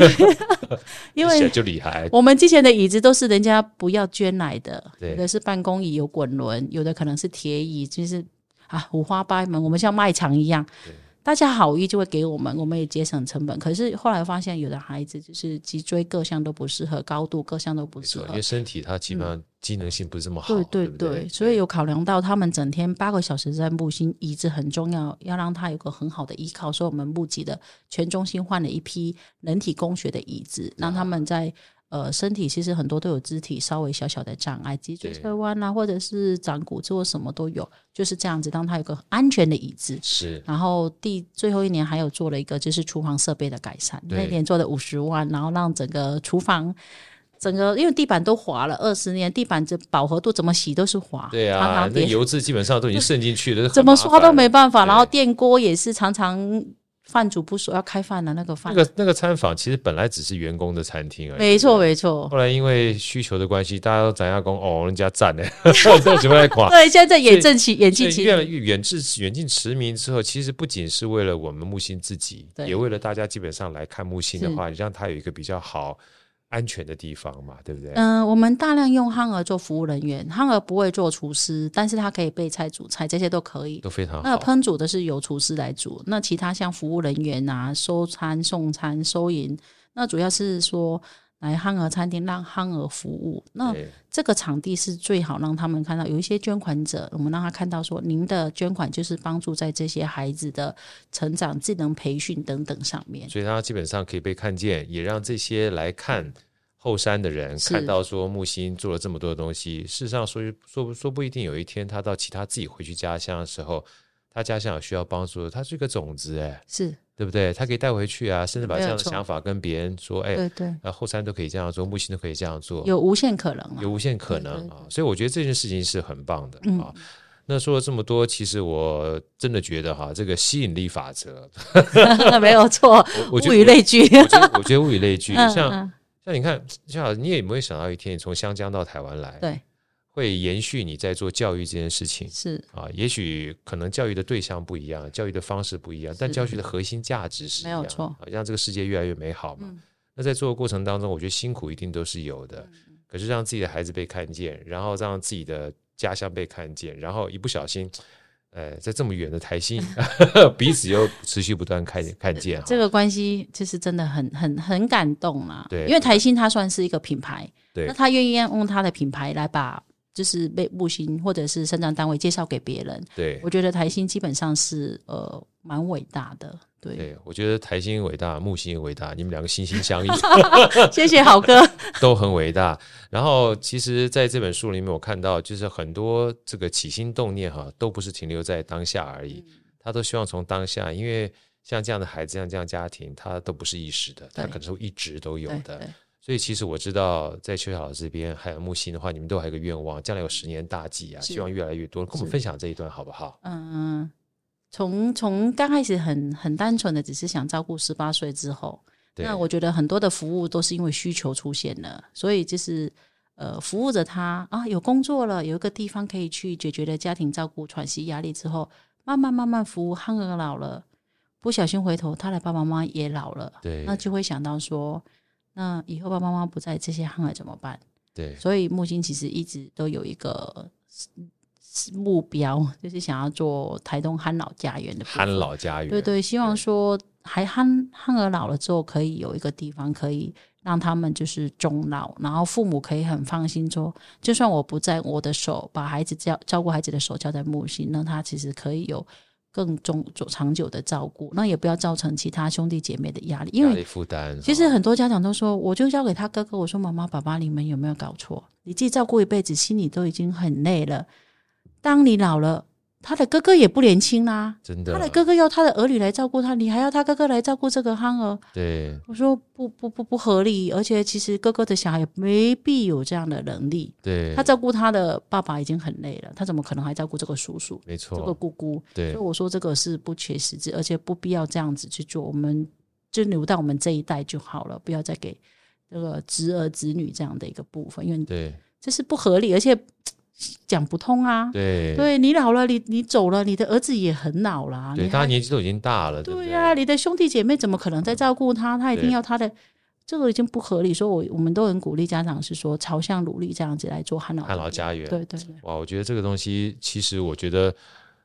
S2: 因
S1: 一下
S2: 为
S1: 就厉
S2: [LAUGHS]
S1: 害，
S2: 我们之前的椅子都是人家不要捐来的，
S1: 对
S2: 有的是办公椅有滚轮，有的可能是铁椅，就是啊五花八门。我们像卖场一样，大家好意就会给我们，我们也节省成本。可是后来发现，有的孩子就是脊椎各项都不适合，高度各项都不
S1: 没
S2: 适
S1: 错，
S2: 合
S1: 因为，身体它基本上机能性不是这么好，
S2: 嗯
S1: 对
S2: 对
S1: 不
S2: 对，所以有考量到他们整天八个小时在木星，椅子很重要，要让他有个很好的依靠，所以我们募集了全中心换了一批人体工学的椅子，
S1: 啊
S2: 让他们在。呃，身体其实很多都有肢体稍微小小的障碍，脊椎
S1: 对
S2: 侧弯啊，或者是长骨刺或什么都有，就是这样子，让他有个安全的椅子。
S1: 是
S2: 然后第最后一年还有做了一个就是厨房设备的改善，
S1: 对
S2: 那年做了五十万，然后让整个厨房整个因为地板都滑了二十年，地板这饱和度怎么洗都是滑，
S1: 对
S2: 常
S1: 啊，
S2: 常
S1: 那
S2: 跌，
S1: 油脂基本上都已经渗进去
S2: [LAUGHS]
S1: 了，
S2: 怎么刷都没办法。
S1: 对
S2: 然后电锅也是常常饭煮不熟，要开饭了那个
S1: 法。
S2: 饭，
S1: 那个那个餐房其实本来只是员工的餐厅而已，
S2: 没错没错。
S1: 后来因为需求的关系，大家都涨价工哦，人家
S2: [LAUGHS]
S1: [LAUGHS] 赞呢，都只会来垮。
S2: 对，现在演正起演技
S1: 所以
S2: 起
S1: 越来越远至远近驰名之后，其实不仅是为了我们木星自己，
S2: 对
S1: 也为了大家基本上来看木星的
S2: 是
S1: 话，让它有一个比较好、安全的地方嘛，对不对？
S2: 嗯、我们大量用憨儿做服务人员，憨儿不会做厨师，但是他可以备菜、煮菜，这些都可以。
S1: 都非常
S2: 那
S1: 好。
S2: 烹煮的是由厨师来煮，那其他像服务人员啊、收餐、送餐、收银，那主要是说来汉儿餐厅让汉儿服务。那
S1: 对
S2: 这个场地是最好让他们看到，有一些捐款者，我们让他看到说，您的捐款就是帮助在这些孩子的成长、技能培训等等上面。
S1: 所以它基本上可以被看见，也让这些来看后山的人
S2: 是
S1: 看到说木星做了这么多的东西。事实上说一，说不说不一定有一天他到其他自己回去家乡的时候，他家乡有需要帮助，他是一个种子，哎，
S2: 是，
S1: 对不对？他可以带回去啊，甚至把
S2: 没
S1: 这
S2: 有
S1: 样的
S2: 错
S1: 想法跟别人说，哎，
S2: 对对，
S1: 那后山都可以这样做，木星都可以这样做，
S2: 有无限可能啊。
S1: 有无限可能
S2: 对对
S1: 啊！所以我觉得这件事情是很棒的
S2: 嗯
S1: 啊。那说了这么多，其实我真的觉得哈，这个吸引力法则，
S2: [LAUGHS] 没有错，
S1: 我觉
S2: 物以
S1: 得
S2: 类聚。
S1: 我我觉得我觉得物以类聚，
S2: 嗯
S1: 像哎
S2: 嗯，
S1: 像你看，像你也不会想到一天你从湘江到台湾来，
S2: 对，
S1: 会延续你在做教育这件事情
S2: 是
S1: 啊。也许可能教育的对象不一样，教育的方式不一样，但
S2: 是
S1: 教育的核心价值是一
S2: 没
S1: 样
S2: 有错
S1: 啊让这个世界越来越美好嘛。
S2: 嗯
S1: 那在做的过程当中，我觉得辛苦一定都是有的，
S2: 嗯
S1: 可是让自己的孩子被看见，然后让自己的家乡被看见，然后一不小心，呃，在这么远的台
S2: [LAUGHS]
S1: 新，彼此又持续不断看看见哈，
S2: 这个关系就是真的很很很感动啦。
S1: 对
S2: 因为台新它算是一个品牌，
S1: 对
S2: 那他愿意用他的品牌来把就是被木星或者是生长单位介绍给别人，
S1: 对
S2: 我觉得台新基本上是呃蛮伟大的。对，
S1: 对，我觉得台新伟大，木星也伟大，你们两个心心
S2: [LAUGHS]
S1: 相印。
S2: 谢谢好哥。
S1: 都很伟大。然后，其实在这本书里面，我看到就是很多这个起心动念哈，都不是停留在当下而已，
S2: 嗯
S1: 他都希望从当下，因为像这样的孩子，像这样的家庭，他都不是一时的，他
S2: 对
S1: 可能是一直都 [LAUGHS] 有
S2: 对
S1: 的
S2: 对。
S1: 所以，其实我知道，在邱小老师这边还有木星的话，你们都还有一个愿望，将来有十年大计啊，
S2: 是
S1: 希望越来越多。跟我们
S2: 是
S1: 分享这一段好不好？
S2: 嗯，从从刚开始很很单纯的，只是想照顾十八岁之后，
S1: 对，
S2: 那我觉得很多的服务都是因为需求出现了，所以就是呃，服务着他啊，有工作了，有一个地方可以去解决了家庭照顾、喘息压力之后，慢慢慢慢服务，憨儿老了，不小心回头，他的爸爸妈妈也老了，
S1: 对
S2: 那就会想到说，那以后爸爸妈妈不在，这些憨儿怎么办？
S1: 对
S2: 所以木星其实一直都有一个嗯目标，就是想要做台东憨老家园的部分
S1: 憨老家园，
S2: 对对，希望说还憨憨儿老了之后，可以有一个地方可以让他们就是终老，然后父母可以很放心说，就算我不在，我的手把孩子教照顾孩子的手交在木星，那他其实可以有更中长久的照顾，那也不要造成其他兄弟姐妹的压力，因
S1: 压
S2: 为
S1: 力负担。
S2: 其实很多家长都说，我就交给他哥哥。我说妈妈、爸爸，你们有没有搞错？你自己照顾一辈子，心里都已经很累了。当你老了，他的哥哥也不年轻啦、啊
S1: 真的，
S2: 他的哥哥要他的儿女来照顾他，你还要他哥哥来照顾这个憨儿？
S1: 对
S2: 我说不不不不合理，而且其实哥哥的小孩也没必有这样的能力。
S1: 对，
S2: 他照顾他的爸爸已经很累了，他怎么可能还照顾这个叔叔、
S1: 没
S2: 这个
S1: 错，
S2: 姑姑？
S1: 哦对
S2: 所以我说这个是不切实际，而且不必要这样子去做。我们就留到我们这一代就好了，不要再给这个侄儿侄女这样的一个部分，因为
S1: 对
S2: 这是不合理，而且讲不通啊。
S1: 对
S2: 对你老了，你你走了，你的儿子也很老了啊，
S1: 对，
S2: 你
S1: 大家
S2: 还
S1: 年纪都已经大了，对不
S2: 对
S1: 对
S2: 呀、你的兄弟姐妹怎么可能在照顾他？他一定
S1: 对
S2: 要他的。这个已经不合理，所以我我们都很鼓励家长是说朝向努力这样子来做汉老
S1: 汉老家园
S2: 对对对，
S1: 哇，我觉得这个东西其实我觉得。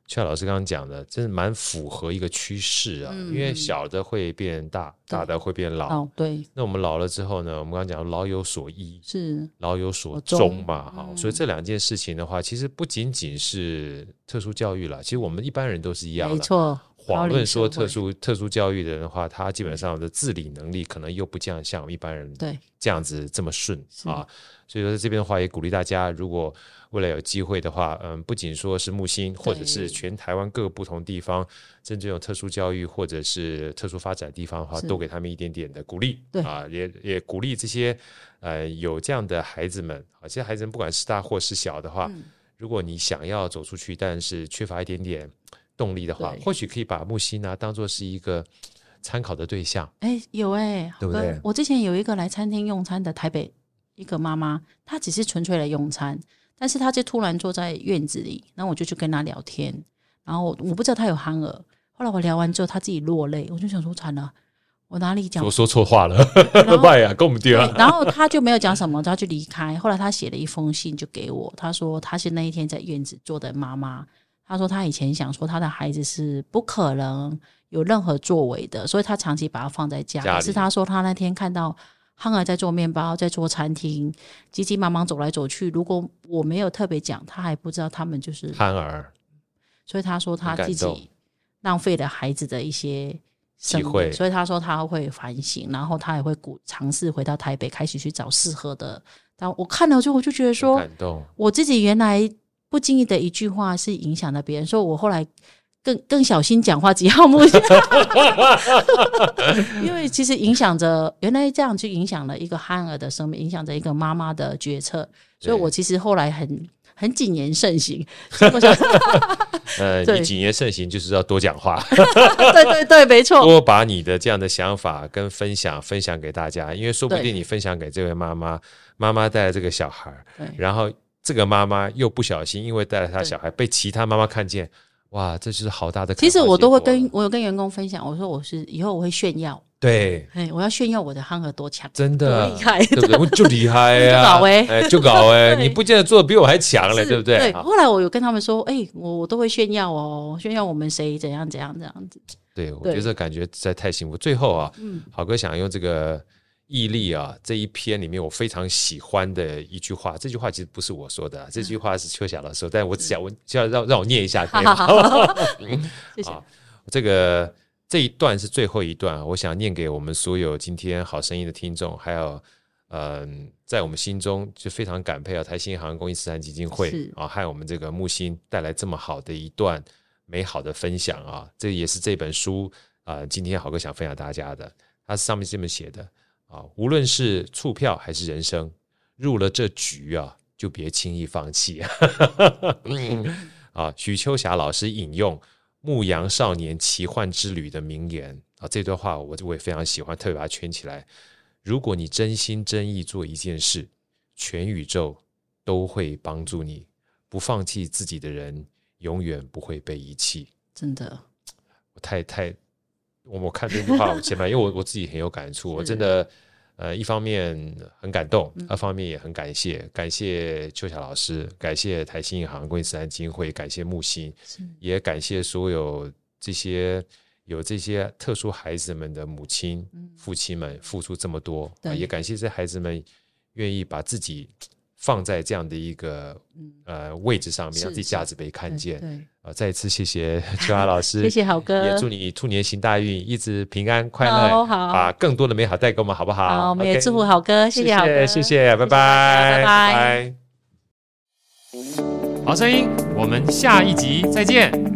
S1: 邱老师刚刚讲的，真的蛮符合一个趋势啊，因为
S2: 嗯
S1: 小的会变大，
S2: 对
S1: 大的会变老。
S2: 哦对
S1: 那我们老了之后呢，我们刚刚讲老有所依，
S2: 是
S1: 老有所
S2: 所终
S1: 终嘛，哈、
S2: 嗯
S1: 所以这两件事情的话，其实不仅仅是特殊教育了，其实我们一般人都是一样
S2: 没
S1: 的。
S2: 错，
S1: 遑
S2: 高
S1: 论
S2: 龄
S1: 说
S2: 社会
S1: 特殊特殊教育的人的话，他基本上的自理能力可能又不这样像我们一般人
S2: 对
S1: 这样子这么顺
S2: 是
S1: 啊。所以说在这边的话，也鼓励大家，如果未来有机会的话，嗯，不仅说是木星，或者是全台湾各个不同地方，甚至有特殊教育或者是特殊发展的地方的话，
S2: 是
S1: 都给他们一点点的鼓励，
S2: 对
S1: 啊，也也鼓励这些呃有这样的孩子们啊，这些孩子们不管是大或是小的话，
S2: 嗯
S1: 如果你想要走出去，但是缺乏一点点动力的话，
S2: 对
S1: 或许可以把木星呢、当做是一个参考的对象，
S2: 哎、有哎、好
S1: 对不
S2: 哥
S1: 对
S2: 我之前有一个来餐厅用餐的台北一个妈妈，她只是纯粹来用餐，但是她就突然坐在院子里，然后我就去跟她聊天，然后我我不知道她有憨儿，后来我聊完之后，她自己落泪，我就想说惨了，我哪里讲
S1: 我说错话了， [LAUGHS]
S2: 后
S1: 拜呀，跟我们对
S2: 哦
S1: 啊
S2: 对，然 [LAUGHS] 后他就没有讲什么，他就离开。后来他写了一封信就给我，他说他是那一天在院子做的妈妈。他说他以前想说他的孩子是不可能有任何作为的，所以他长期把他放在家。
S1: 家里
S2: 可是他说他那天看到憨儿在做面包，在做餐厅，急急忙忙走来走去。如果我没有特别讲，他还不知道他们就是。
S1: 憨儿，
S2: 所以他说他
S1: 很感
S2: 自
S1: 动
S2: 己浪费了孩子的一些
S1: 机
S2: 生
S1: 会
S2: 命，所以他说他会反省，然后他也会鼓尝试回到台北，开始去找适合的。但我看了之后，我就觉得
S1: 很
S2: 说，
S1: 感动，
S2: 我自己原来不经意的一句话是影响了别人，所以我后来更更小心讲话，只要目 [LAUGHS] 前，因为其实影响着原来这样去影响了一个憨儿的生命，影响着一个妈妈的决策，所
S1: 对
S2: 以我其实后来很很谨言慎行。所以我想， [LAUGHS]
S1: 呃，
S2: 对
S1: 你谨言慎行就是要多讲
S2: [LAUGHS]
S1: 话， [LAUGHS]
S2: 对对对，没错，
S1: 多把你的这样的想法跟分享分享给大家，因为说不
S2: 对
S1: 定你分享给这位妈妈，妈妈带了这个小孩儿，
S2: 对
S1: 然后这个妈妈又不小心因为带了她
S2: 对
S1: 小孩被其他妈妈看见，哇，这就是好大的开花
S2: 其
S1: 结
S2: 实
S1: 果了。啊
S2: 我都会跟我有跟员工分享，我说我是以后我会炫耀， [LAUGHS]
S1: 对。
S2: 哎，我要炫耀我的憨儿多强，
S1: 真的
S2: 多厉害
S1: 对不对？我就厉害呀、
S2: [LAUGHS] 就搞欸
S1: 哎，就搞哎、
S2: [LAUGHS] 对
S1: 你不见得做的比我还强嘞，
S2: 是
S1: 对不对？
S2: 对。
S1: 啊
S2: 后来我有跟他们说，哎，我我都会炫耀哦，炫耀我们谁怎样怎样
S1: [LAUGHS]
S2: 怎样子，
S1: 对，我
S2: 对
S1: 觉得这感觉实在太幸福。最后啊，好哥想用这个毅力啊这一篇里面我非常喜欢的一句话，这句话其实不是我说的啊，这句话是邱霞老师说，但我只想问，就要让让我念一下，可以吗？
S2: 谢谢。
S1: 哎好这个这一段是最后一段啊，我想念给我们所有今天好声音的听众，还有嗯、在我们心中就非常感佩啊，台新航空公益慈善基金会
S2: 是
S1: 啊，和我们这个木星带来这么好的一段美好的分享啊，这也是这本书啊、今天好哥想分享大家的，它上面是这么写的啊，无论是促票还是人生，入了这局啊，就别轻易放弃 [LAUGHS] 啊。嗯啊，许秋霞老师引用《牧羊少年奇幻之旅》的名言啊，这段话我我也非常喜欢，特别把它圈起来。如果你真心真意做一件事，全宇宙都会帮助你。不放弃自己的人，永远不会被遗弃。
S2: 真的，
S1: 嗯我太太，我我看这句话，我前面因为我我自己很有感触，我
S2: 是
S1: 真的呃，一方面很感动，二方面也很感谢，感谢秋霞老师，感谢台新银行、公益慈善基金会，感谢木星，也感谢所有这些有这些特殊孩子们的母亲、父亲们付出这么多，啊
S2: 嗯对
S1: 也感谢这孩子们愿意把自己放在这样的一个呃位置上面，
S2: 嗯是
S1: 让自己价值被看
S2: 对
S1: 见。
S2: 对，
S1: 啊，再一次谢谢 [LAUGHS] 秋雅老师，
S2: 谢谢好哥，
S1: 也祝你兔年行大运，一直平安快乐，
S2: 好好
S1: 把更多的美好带给我们，好不好？
S2: 好，我们也
S1: OK
S2: 祝福好哥，
S1: 谢
S2: 谢好哥，
S1: 谢谢，拜
S2: 大
S1: 拜，
S2: 家拜拜
S1: 拜。好声音，我们下一集再见。